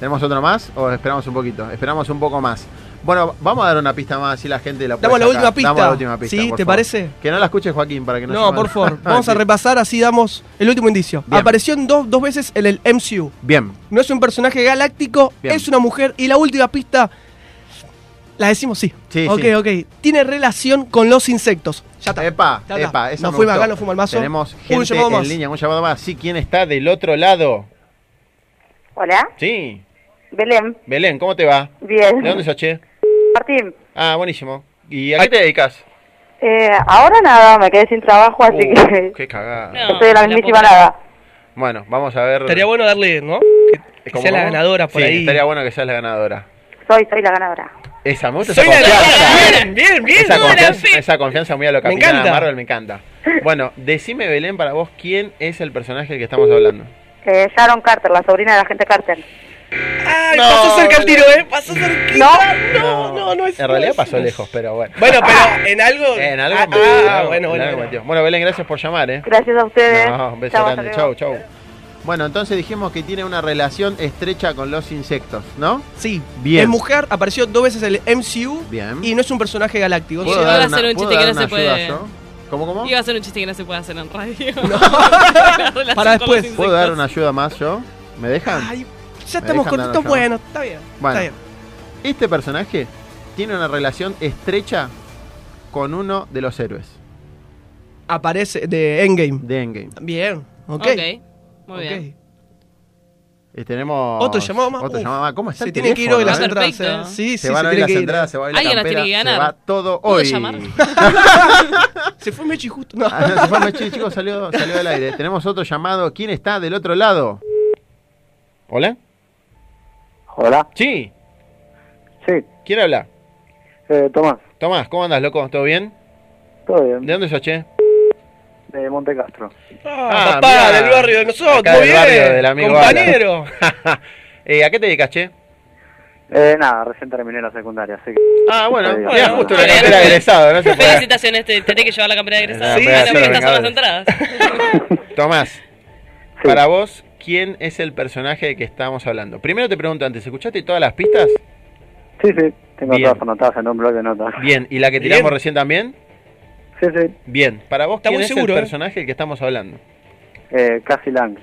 [SPEAKER 8] ¿Tenemos otro más o esperamos un poquito? Esperamos un poco más. Bueno, vamos a dar una pista más, así la gente la puede
[SPEAKER 9] Damos la
[SPEAKER 8] sacar.
[SPEAKER 9] última pista.
[SPEAKER 8] Damos la última pista.
[SPEAKER 9] ¿Sí?
[SPEAKER 8] por
[SPEAKER 9] ¿Te
[SPEAKER 8] favor.
[SPEAKER 9] parece?
[SPEAKER 8] Que no la escuche Joaquín para que no
[SPEAKER 9] No, por favor. Vamos a repasar, así damos el último indicio.
[SPEAKER 8] Bien.
[SPEAKER 9] Apareció en dos, dos veces en el MCU.
[SPEAKER 8] Bien,
[SPEAKER 9] No es un personaje galáctico,
[SPEAKER 8] Bien.
[SPEAKER 9] es una mujer. Y la última pista, la decimos sí.
[SPEAKER 8] Sí,
[SPEAKER 9] ok,
[SPEAKER 8] sí.
[SPEAKER 9] ok. Tiene relación con los insectos. Ya está.
[SPEAKER 8] Epa,
[SPEAKER 9] Ya está.
[SPEAKER 8] epa, esa
[SPEAKER 9] No
[SPEAKER 8] me
[SPEAKER 9] fuimos
[SPEAKER 8] gustó.
[SPEAKER 9] acá, no fuimos al mazo.
[SPEAKER 8] Tenemos
[SPEAKER 9] Un
[SPEAKER 8] gente
[SPEAKER 9] llamado
[SPEAKER 8] en
[SPEAKER 9] más.
[SPEAKER 8] línea, un llamado más. Sí, ¿quién está del otro lado?
[SPEAKER 16] Hola,
[SPEAKER 8] Sí,
[SPEAKER 16] Belén.
[SPEAKER 8] Belén, ¿cómo te va?
[SPEAKER 16] Bien.
[SPEAKER 8] ¿De dónde sos, che?
[SPEAKER 16] Martín,
[SPEAKER 8] Ah, buenísimo. ¿Y
[SPEAKER 16] Ah,
[SPEAKER 8] a qué te dedicas? Uh,
[SPEAKER 16] eh, ahora nada, me quedé sin trabajo, así que
[SPEAKER 8] Qué cagada.
[SPEAKER 16] estoy en la mismísima nada.
[SPEAKER 8] Bueno, vamos a ver.
[SPEAKER 9] Estaría bueno darle, ¿no? Que
[SPEAKER 8] ¿Cómo,
[SPEAKER 9] sea la
[SPEAKER 8] cómo?
[SPEAKER 9] ganadora por
[SPEAKER 8] Sí,
[SPEAKER 9] ahí.
[SPEAKER 8] Estaría bueno que seas la ganadora.
[SPEAKER 16] Soy, soy la ganadora.
[SPEAKER 8] Esa, me gusta
[SPEAKER 9] Soy
[SPEAKER 8] esa
[SPEAKER 9] la
[SPEAKER 8] confianza.
[SPEAKER 9] Bien, bien, bien.
[SPEAKER 8] Esa
[SPEAKER 9] no, la
[SPEAKER 8] confianza,
[SPEAKER 9] fe-
[SPEAKER 8] esa confianza muy a lo
[SPEAKER 9] Me
[SPEAKER 8] capitana
[SPEAKER 9] encanta.
[SPEAKER 8] Marvel me encanta. Bueno, decime Belén para vos quién es el personaje del que estamos hablando.
[SPEAKER 16] Eh, Sharon Carter, la sobrina de la gente Carter.
[SPEAKER 9] Ay, pasó cerca el tiro, ¿eh? Pasó cerquita. No, no, no, es.
[SPEAKER 8] En realidad pasó lejos, pero bueno.
[SPEAKER 9] Bueno, pero Ah. en algo.
[SPEAKER 8] En algo
[SPEAKER 9] Ah,
[SPEAKER 8] metió,
[SPEAKER 9] ah,
[SPEAKER 8] en algo-
[SPEAKER 9] bueno,
[SPEAKER 8] en
[SPEAKER 9] bueno,
[SPEAKER 8] algo
[SPEAKER 9] bueno.
[SPEAKER 8] metió. Bueno, Belén, gracias por llamar, ¿eh?
[SPEAKER 16] Gracias a ustedes.
[SPEAKER 8] No, un beso
[SPEAKER 16] Chau, hasta
[SPEAKER 8] grande. Chau,
[SPEAKER 16] luego.
[SPEAKER 8] chau. Bueno, entonces dijimos que tiene una relación estrecha con los insectos, ¿no?
[SPEAKER 9] Sí.
[SPEAKER 8] Bien.
[SPEAKER 9] Es mujer, apareció dos veces en el MCU
[SPEAKER 8] Bien.
[SPEAKER 9] y no es un personaje galáctico.
[SPEAKER 8] ¿Puedo
[SPEAKER 9] Sí,
[SPEAKER 8] dar
[SPEAKER 9] ahora
[SPEAKER 8] una-
[SPEAKER 9] hacer un
[SPEAKER 8] puedo
[SPEAKER 9] chiste que
[SPEAKER 8] dar
[SPEAKER 9] no se
[SPEAKER 8] una
[SPEAKER 9] puede-
[SPEAKER 8] ayuda yo? ¿Cómo, cómo?
[SPEAKER 15] Iba a ser un chiste que no se puede hacer en radio.
[SPEAKER 9] Para después.
[SPEAKER 8] ¿Puedo dar una ayuda más yo? ¿Me dejan?
[SPEAKER 9] Ay, ya
[SPEAKER 8] Me dejan dar
[SPEAKER 9] estamos cortitos.
[SPEAKER 8] una
[SPEAKER 9] Bueno,
[SPEAKER 8] ayuda.
[SPEAKER 9] está bien.
[SPEAKER 8] Bueno,
[SPEAKER 9] Está bien.
[SPEAKER 8] este personaje tiene una relación estrecha con uno de los héroes
[SPEAKER 9] Aparece de Endgame.
[SPEAKER 8] de Endgame.
[SPEAKER 9] Bien.
[SPEAKER 15] Ok,
[SPEAKER 9] Ok.
[SPEAKER 15] muy
[SPEAKER 9] Ok.
[SPEAKER 15] bien.
[SPEAKER 8] Eh, tenemos
[SPEAKER 9] Otro llamado más.
[SPEAKER 8] Otro
[SPEAKER 9] Uf,
[SPEAKER 8] llamado más. ¿Cómo está
[SPEAKER 9] se
[SPEAKER 8] el
[SPEAKER 9] tiene que ir hoy
[SPEAKER 8] teléfono,
[SPEAKER 9] las
[SPEAKER 8] eh?
[SPEAKER 9] entradas, Perfecto. eh. Sí,
[SPEAKER 8] se
[SPEAKER 9] sí,
[SPEAKER 8] van
[SPEAKER 9] se
[SPEAKER 8] hoy
[SPEAKER 9] tiene
[SPEAKER 8] las
[SPEAKER 9] que ir.
[SPEAKER 8] entradas, se va hoy la
[SPEAKER 9] Alguien las tiene
[SPEAKER 8] campera,
[SPEAKER 9] que
[SPEAKER 8] se va
[SPEAKER 9] ganar.
[SPEAKER 8] todo
[SPEAKER 9] ¿Puedo
[SPEAKER 8] hoy.
[SPEAKER 9] llamar? Se fue Mechi justo. No.
[SPEAKER 8] Ah, no, se fue Mechi, chicos, salió, salió del aire. Tenemos otro llamado. ¿Quién está del otro lado? ¿Hola?
[SPEAKER 3] Hola.
[SPEAKER 8] Sí.
[SPEAKER 3] Sí.
[SPEAKER 8] ¿Quién habla?
[SPEAKER 3] Eh, Tomás,
[SPEAKER 8] Tomás, ¿cómo andas, loco? ¿Todo bien?
[SPEAKER 3] todo bien,
[SPEAKER 8] ¿De dónde sos, che?
[SPEAKER 3] de Monte Castro.
[SPEAKER 9] Ah, papá,
[SPEAKER 8] mirá.
[SPEAKER 9] del barrio de nosotros,
[SPEAKER 8] Acá
[SPEAKER 9] muy
[SPEAKER 8] del
[SPEAKER 9] bien.
[SPEAKER 8] barrio del amigo
[SPEAKER 9] compañero.
[SPEAKER 8] Eh, ¿A qué te dedicas, che?
[SPEAKER 3] Eh, nada, recién terminé la secundaria, así que...
[SPEAKER 8] Ah, bueno,
[SPEAKER 3] Estoy bien.
[SPEAKER 8] mirá, justo la campera de egresado, no se puede.
[SPEAKER 15] Felicitaciones, te tenés que llevar la campera de egresado.
[SPEAKER 8] Sí,
[SPEAKER 15] Sí,
[SPEAKER 8] pero
[SPEAKER 15] estas son las
[SPEAKER 8] vengadores.
[SPEAKER 15] entradas.
[SPEAKER 8] Tomás, para vos, ¿quién es el personaje de que estábamos hablando? Primero te pregunto antes, ¿escuchaste todas las pistas?
[SPEAKER 3] Sí, sí, tengo
[SPEAKER 8] Bien.
[SPEAKER 3] todas anotadas en un blog de notas.
[SPEAKER 8] Bien, ¿y la que tiramos recién también?
[SPEAKER 3] Sí, sí.
[SPEAKER 8] Bien, para vos,
[SPEAKER 3] Está
[SPEAKER 8] ¿quién
[SPEAKER 3] muy
[SPEAKER 8] es
[SPEAKER 3] seguro,
[SPEAKER 8] el
[SPEAKER 3] ¿eh?
[SPEAKER 8] personaje del que estamos hablando?
[SPEAKER 3] Eh, Casi Lang.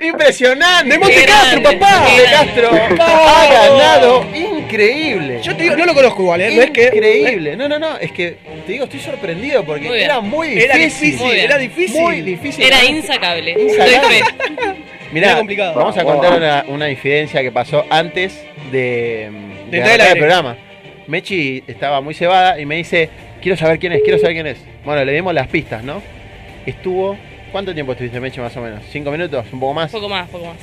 [SPEAKER 8] ¡Impresionante!
[SPEAKER 9] ¡De Monte Castro, papá!
[SPEAKER 8] Monte Castro ha ganado. Increíble.
[SPEAKER 9] Yo te digo, no lo conozco igual, ¿eh? No es que.
[SPEAKER 8] Increíble. No, no, no. Es que te digo, estoy sorprendido porque
[SPEAKER 15] Muy bien.
[SPEAKER 8] era muy difícil.
[SPEAKER 9] Era difícil,
[SPEAKER 15] Muy bien.
[SPEAKER 9] era difícil.
[SPEAKER 8] Muy difícil.
[SPEAKER 15] Era insacable.
[SPEAKER 8] Insacable.
[SPEAKER 15] Doy fe.
[SPEAKER 8] Mirá,
[SPEAKER 9] Era complicado.
[SPEAKER 8] vamos a
[SPEAKER 9] Wow.
[SPEAKER 8] contar una, una infidencia que pasó antes de, mm,
[SPEAKER 9] De
[SPEAKER 8] de
[SPEAKER 9] entrar al
[SPEAKER 8] arrancar el
[SPEAKER 9] aire.
[SPEAKER 8] programa. Mechi estaba muy cebada y me dice, quiero saber quién es, quiero saber quién es. Bueno, le dimos las pistas, ¿no? Estuvo... ¿Cuánto tiempo estuviste, Mechi, más o menos? ¿Cinco minutos? ¿Un poco más?
[SPEAKER 15] Poco más, poco más.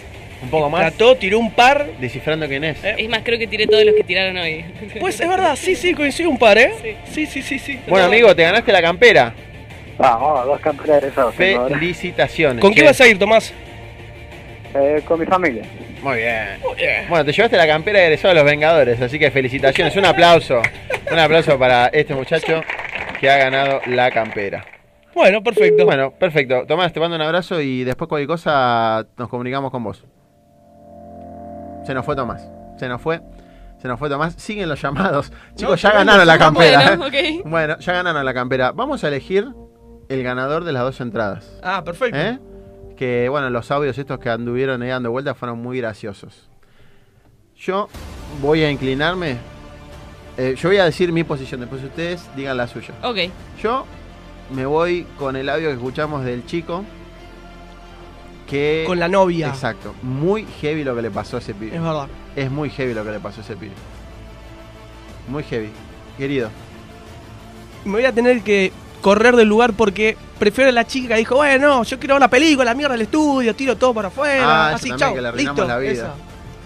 [SPEAKER 8] ¿Un poco más?
[SPEAKER 9] Trató, tiró un par.
[SPEAKER 8] Descifrando quién es.
[SPEAKER 3] Eh,
[SPEAKER 15] Es más, creo que tiré todos los que tiraron hoy.
[SPEAKER 9] Pues es verdad, sí, sí, coincido un par, ¿eh? Sí, sí, sí, sí.
[SPEAKER 8] Bueno, amigo, te ganaste la campera.
[SPEAKER 3] Vamos, dos camperas de esos. tengo ahora.
[SPEAKER 8] Felicitaciones.
[SPEAKER 3] ¿Con qué
[SPEAKER 8] che.
[SPEAKER 3] vas
[SPEAKER 9] a ir, Tomás?
[SPEAKER 3] Eh, con mi familia.
[SPEAKER 8] Muy bien.
[SPEAKER 9] Oh,
[SPEAKER 8] Bueno, te llevaste la campera de egresado de los Vengadores, así que felicitaciones. Un aplauso. Un aplauso para este muchacho que ha ganado la campera.
[SPEAKER 9] Bueno, perfecto.
[SPEAKER 8] Bueno, perfecto. Tomás, te mando un abrazo y después cualquier cosa nos comunicamos con vos. Se nos fue Tomás. Se nos fue. Se nos fue Tomás. Siguen los llamados. Chicos, ya
[SPEAKER 9] bueno,
[SPEAKER 8] ganaron la
[SPEAKER 9] bueno,
[SPEAKER 8] campera.
[SPEAKER 9] ok.
[SPEAKER 8] ¿eh? Bueno, ya ganaron la campera. Vamos a elegir el ganador de las dos entradas.
[SPEAKER 9] Ah, perfecto.
[SPEAKER 8] ¿Eh? Que bueno, los audios estos que anduvieron ahí dando vueltas fueron muy graciosos. Yo voy a inclinarme. eh, yo voy a decir mi posición, después ustedes digan la suya.
[SPEAKER 15] Ok.
[SPEAKER 8] Yo me voy con el audio que escuchamos del chico. Que,
[SPEAKER 9] Con la novia.
[SPEAKER 8] Exacto. Muy heavy lo que le pasó a ese pibe.
[SPEAKER 9] Es verdad.
[SPEAKER 8] Es muy heavy lo que le pasó a ese pibe. Muy heavy. Querido.
[SPEAKER 9] me voy a tener que correr del lugar porque prefiero a la chica que dijo, bueno, yo quiero ver la película, la mierda, el estudio, tiro todo para afuera,
[SPEAKER 8] Ah, esa
[SPEAKER 9] así,
[SPEAKER 8] también
[SPEAKER 9] chao,
[SPEAKER 8] que le arruinamos
[SPEAKER 9] listo,
[SPEAKER 8] la vida.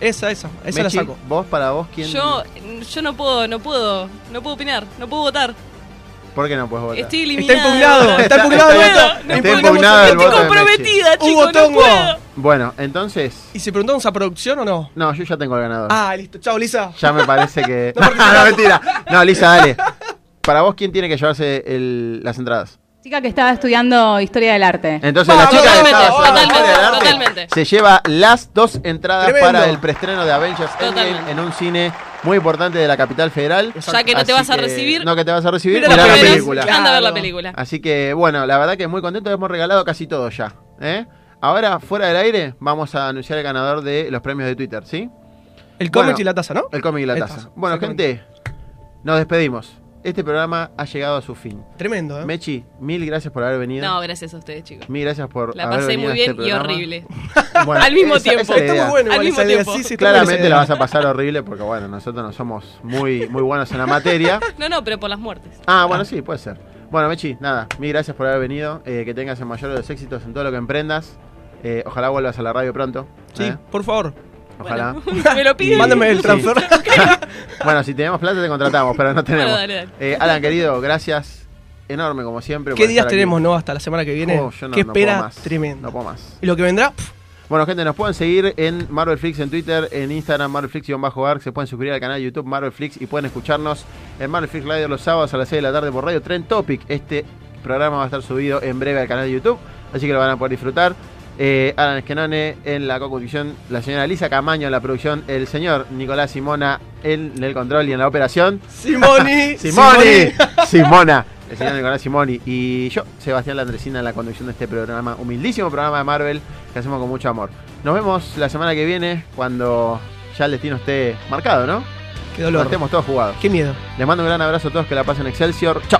[SPEAKER 9] esa, esa, esa, esa la
[SPEAKER 8] Mechi,
[SPEAKER 9] saco.
[SPEAKER 8] Vos para vos, ¿quién?
[SPEAKER 15] Yo, yo no puedo, no puedo, no puedo opinar, no puedo votar.
[SPEAKER 8] ¿Por qué no puedes votar?
[SPEAKER 15] Estoy
[SPEAKER 9] Está
[SPEAKER 15] eliminada.
[SPEAKER 9] impugnado, está impugnado el voto.
[SPEAKER 8] Está impugnado el voto de Mechi.
[SPEAKER 9] Hugo Tongo.
[SPEAKER 8] Bueno, entonces.
[SPEAKER 9] ¿Y se preguntamos a producción o no?
[SPEAKER 8] No, yo ya tengo el ganador.
[SPEAKER 9] Ah, listo, chao, Lisa.
[SPEAKER 8] Ya me parece que. No, no, mentira. No, Lisa, dale. Para vos, ¿quién tiene que llevarse el- las entradas?
[SPEAKER 4] Chica que estaba estudiando historia del arte.
[SPEAKER 8] Entonces la chica que estaba haciendo historia del arte
[SPEAKER 4] totalmente.
[SPEAKER 8] se lleva las dos entradas
[SPEAKER 4] Tremendo.
[SPEAKER 8] para el preestreno de Avengers Endgame
[SPEAKER 15] Totalmente.
[SPEAKER 8] en un cine muy importante de la capital federal.
[SPEAKER 15] Ya que no te
[SPEAKER 8] Así
[SPEAKER 15] vas a recibir,
[SPEAKER 8] No que te vas a recibir,
[SPEAKER 15] mira la
[SPEAKER 8] mirá la
[SPEAKER 15] primera,
[SPEAKER 8] película.
[SPEAKER 15] anda a ver la película.
[SPEAKER 8] Así que bueno, la verdad que muy contento, hemos regalado casi todo ya. ¿eh? Ahora, fuera del aire, vamos a anunciar el ganador de los premios de Twitter, ¿sí?
[SPEAKER 9] El cómic y la taza, ¿no?
[SPEAKER 8] El cómic y la
[SPEAKER 9] El
[SPEAKER 8] taza.
[SPEAKER 9] taza,
[SPEAKER 8] Bueno, gente, nos despedimos. Este programa ha llegado a su fin.
[SPEAKER 9] Tremendo, ¿eh?
[SPEAKER 8] Mechi, mil gracias por haber venido.
[SPEAKER 15] No, gracias a ustedes, chicos.
[SPEAKER 8] Mil gracias por
[SPEAKER 15] La
[SPEAKER 8] haber
[SPEAKER 15] pasé
[SPEAKER 8] venido
[SPEAKER 15] muy
[SPEAKER 8] a
[SPEAKER 15] bien
[SPEAKER 8] este
[SPEAKER 15] y
[SPEAKER 8] programa.
[SPEAKER 15] horrible.
[SPEAKER 8] Bueno,
[SPEAKER 15] Al mismo
[SPEAKER 8] esa-
[SPEAKER 15] tiempo.
[SPEAKER 8] esa es la idea.
[SPEAKER 15] Al mismo tiempo.
[SPEAKER 8] Claramente la vas a pasar horrible porque, bueno, nosotros no somos muy, muy buenos en la materia.
[SPEAKER 15] No, no, pero por las muertes.
[SPEAKER 8] Ah, bueno, sí, puede ser. Bueno, Mechi, nada, mil gracias por haber venido. eh, que tengas el mayor de los éxitos en todo lo que emprendas. Eh, ojalá vuelvas a la radio pronto.
[SPEAKER 9] Sí,
[SPEAKER 8] ¿eh?
[SPEAKER 9] por favor.
[SPEAKER 8] Ojalá.
[SPEAKER 9] Me lo piden.
[SPEAKER 8] Y-
[SPEAKER 9] Mándame el
[SPEAKER 8] sí.
[SPEAKER 9] transfer.
[SPEAKER 8] bueno, si tenemos plata te contratamos, pero no tenemos.
[SPEAKER 9] Bueno, dale, dale.
[SPEAKER 8] Eh, Alan, querido, gracias. Enorme, como siempre.
[SPEAKER 9] ¿Qué días tenemos, no? Hasta la semana que viene.
[SPEAKER 8] Oh, yo no-
[SPEAKER 9] ¿Qué
[SPEAKER 8] no
[SPEAKER 9] espera?
[SPEAKER 8] puedo más.
[SPEAKER 9] Tremendo.
[SPEAKER 8] No puedo más.
[SPEAKER 9] Y lo que vendrá, pf,
[SPEAKER 8] Bueno, gente, nos pueden seguir en Marvelflix en Twitter, en Instagram, Marvelflix-Arc. Se pueden suscribir al canal de YouTube Marvelflix y pueden escucharnos en Marvelflix Radio los sábados a las 6 de la tarde por Radio Tren Topic. Este programa va a estar subido en breve al canal de YouTube, así que lo van a poder disfrutar. Eh, Alan Esquenone en la co-conducción, la señora Lisa Camaño en la producción, el señor Nicolás Simona en el control y en la operación.
[SPEAKER 9] Simoni,
[SPEAKER 8] Simoni,
[SPEAKER 9] Simoni.
[SPEAKER 8] Simona, el señor Nicolás Simoni y yo, Sebastián Landresina, en la conducción de este programa, humildísimo programa de Marvel que hacemos con mucho amor. Nos vemos la semana que viene cuando ya el destino esté marcado, ¿no?
[SPEAKER 9] Qué dolor.
[SPEAKER 8] Cuando estemos todos jugados.
[SPEAKER 9] qué miedo.
[SPEAKER 8] Les mando un gran abrazo a todos, que la pasen Excelsior. Chao.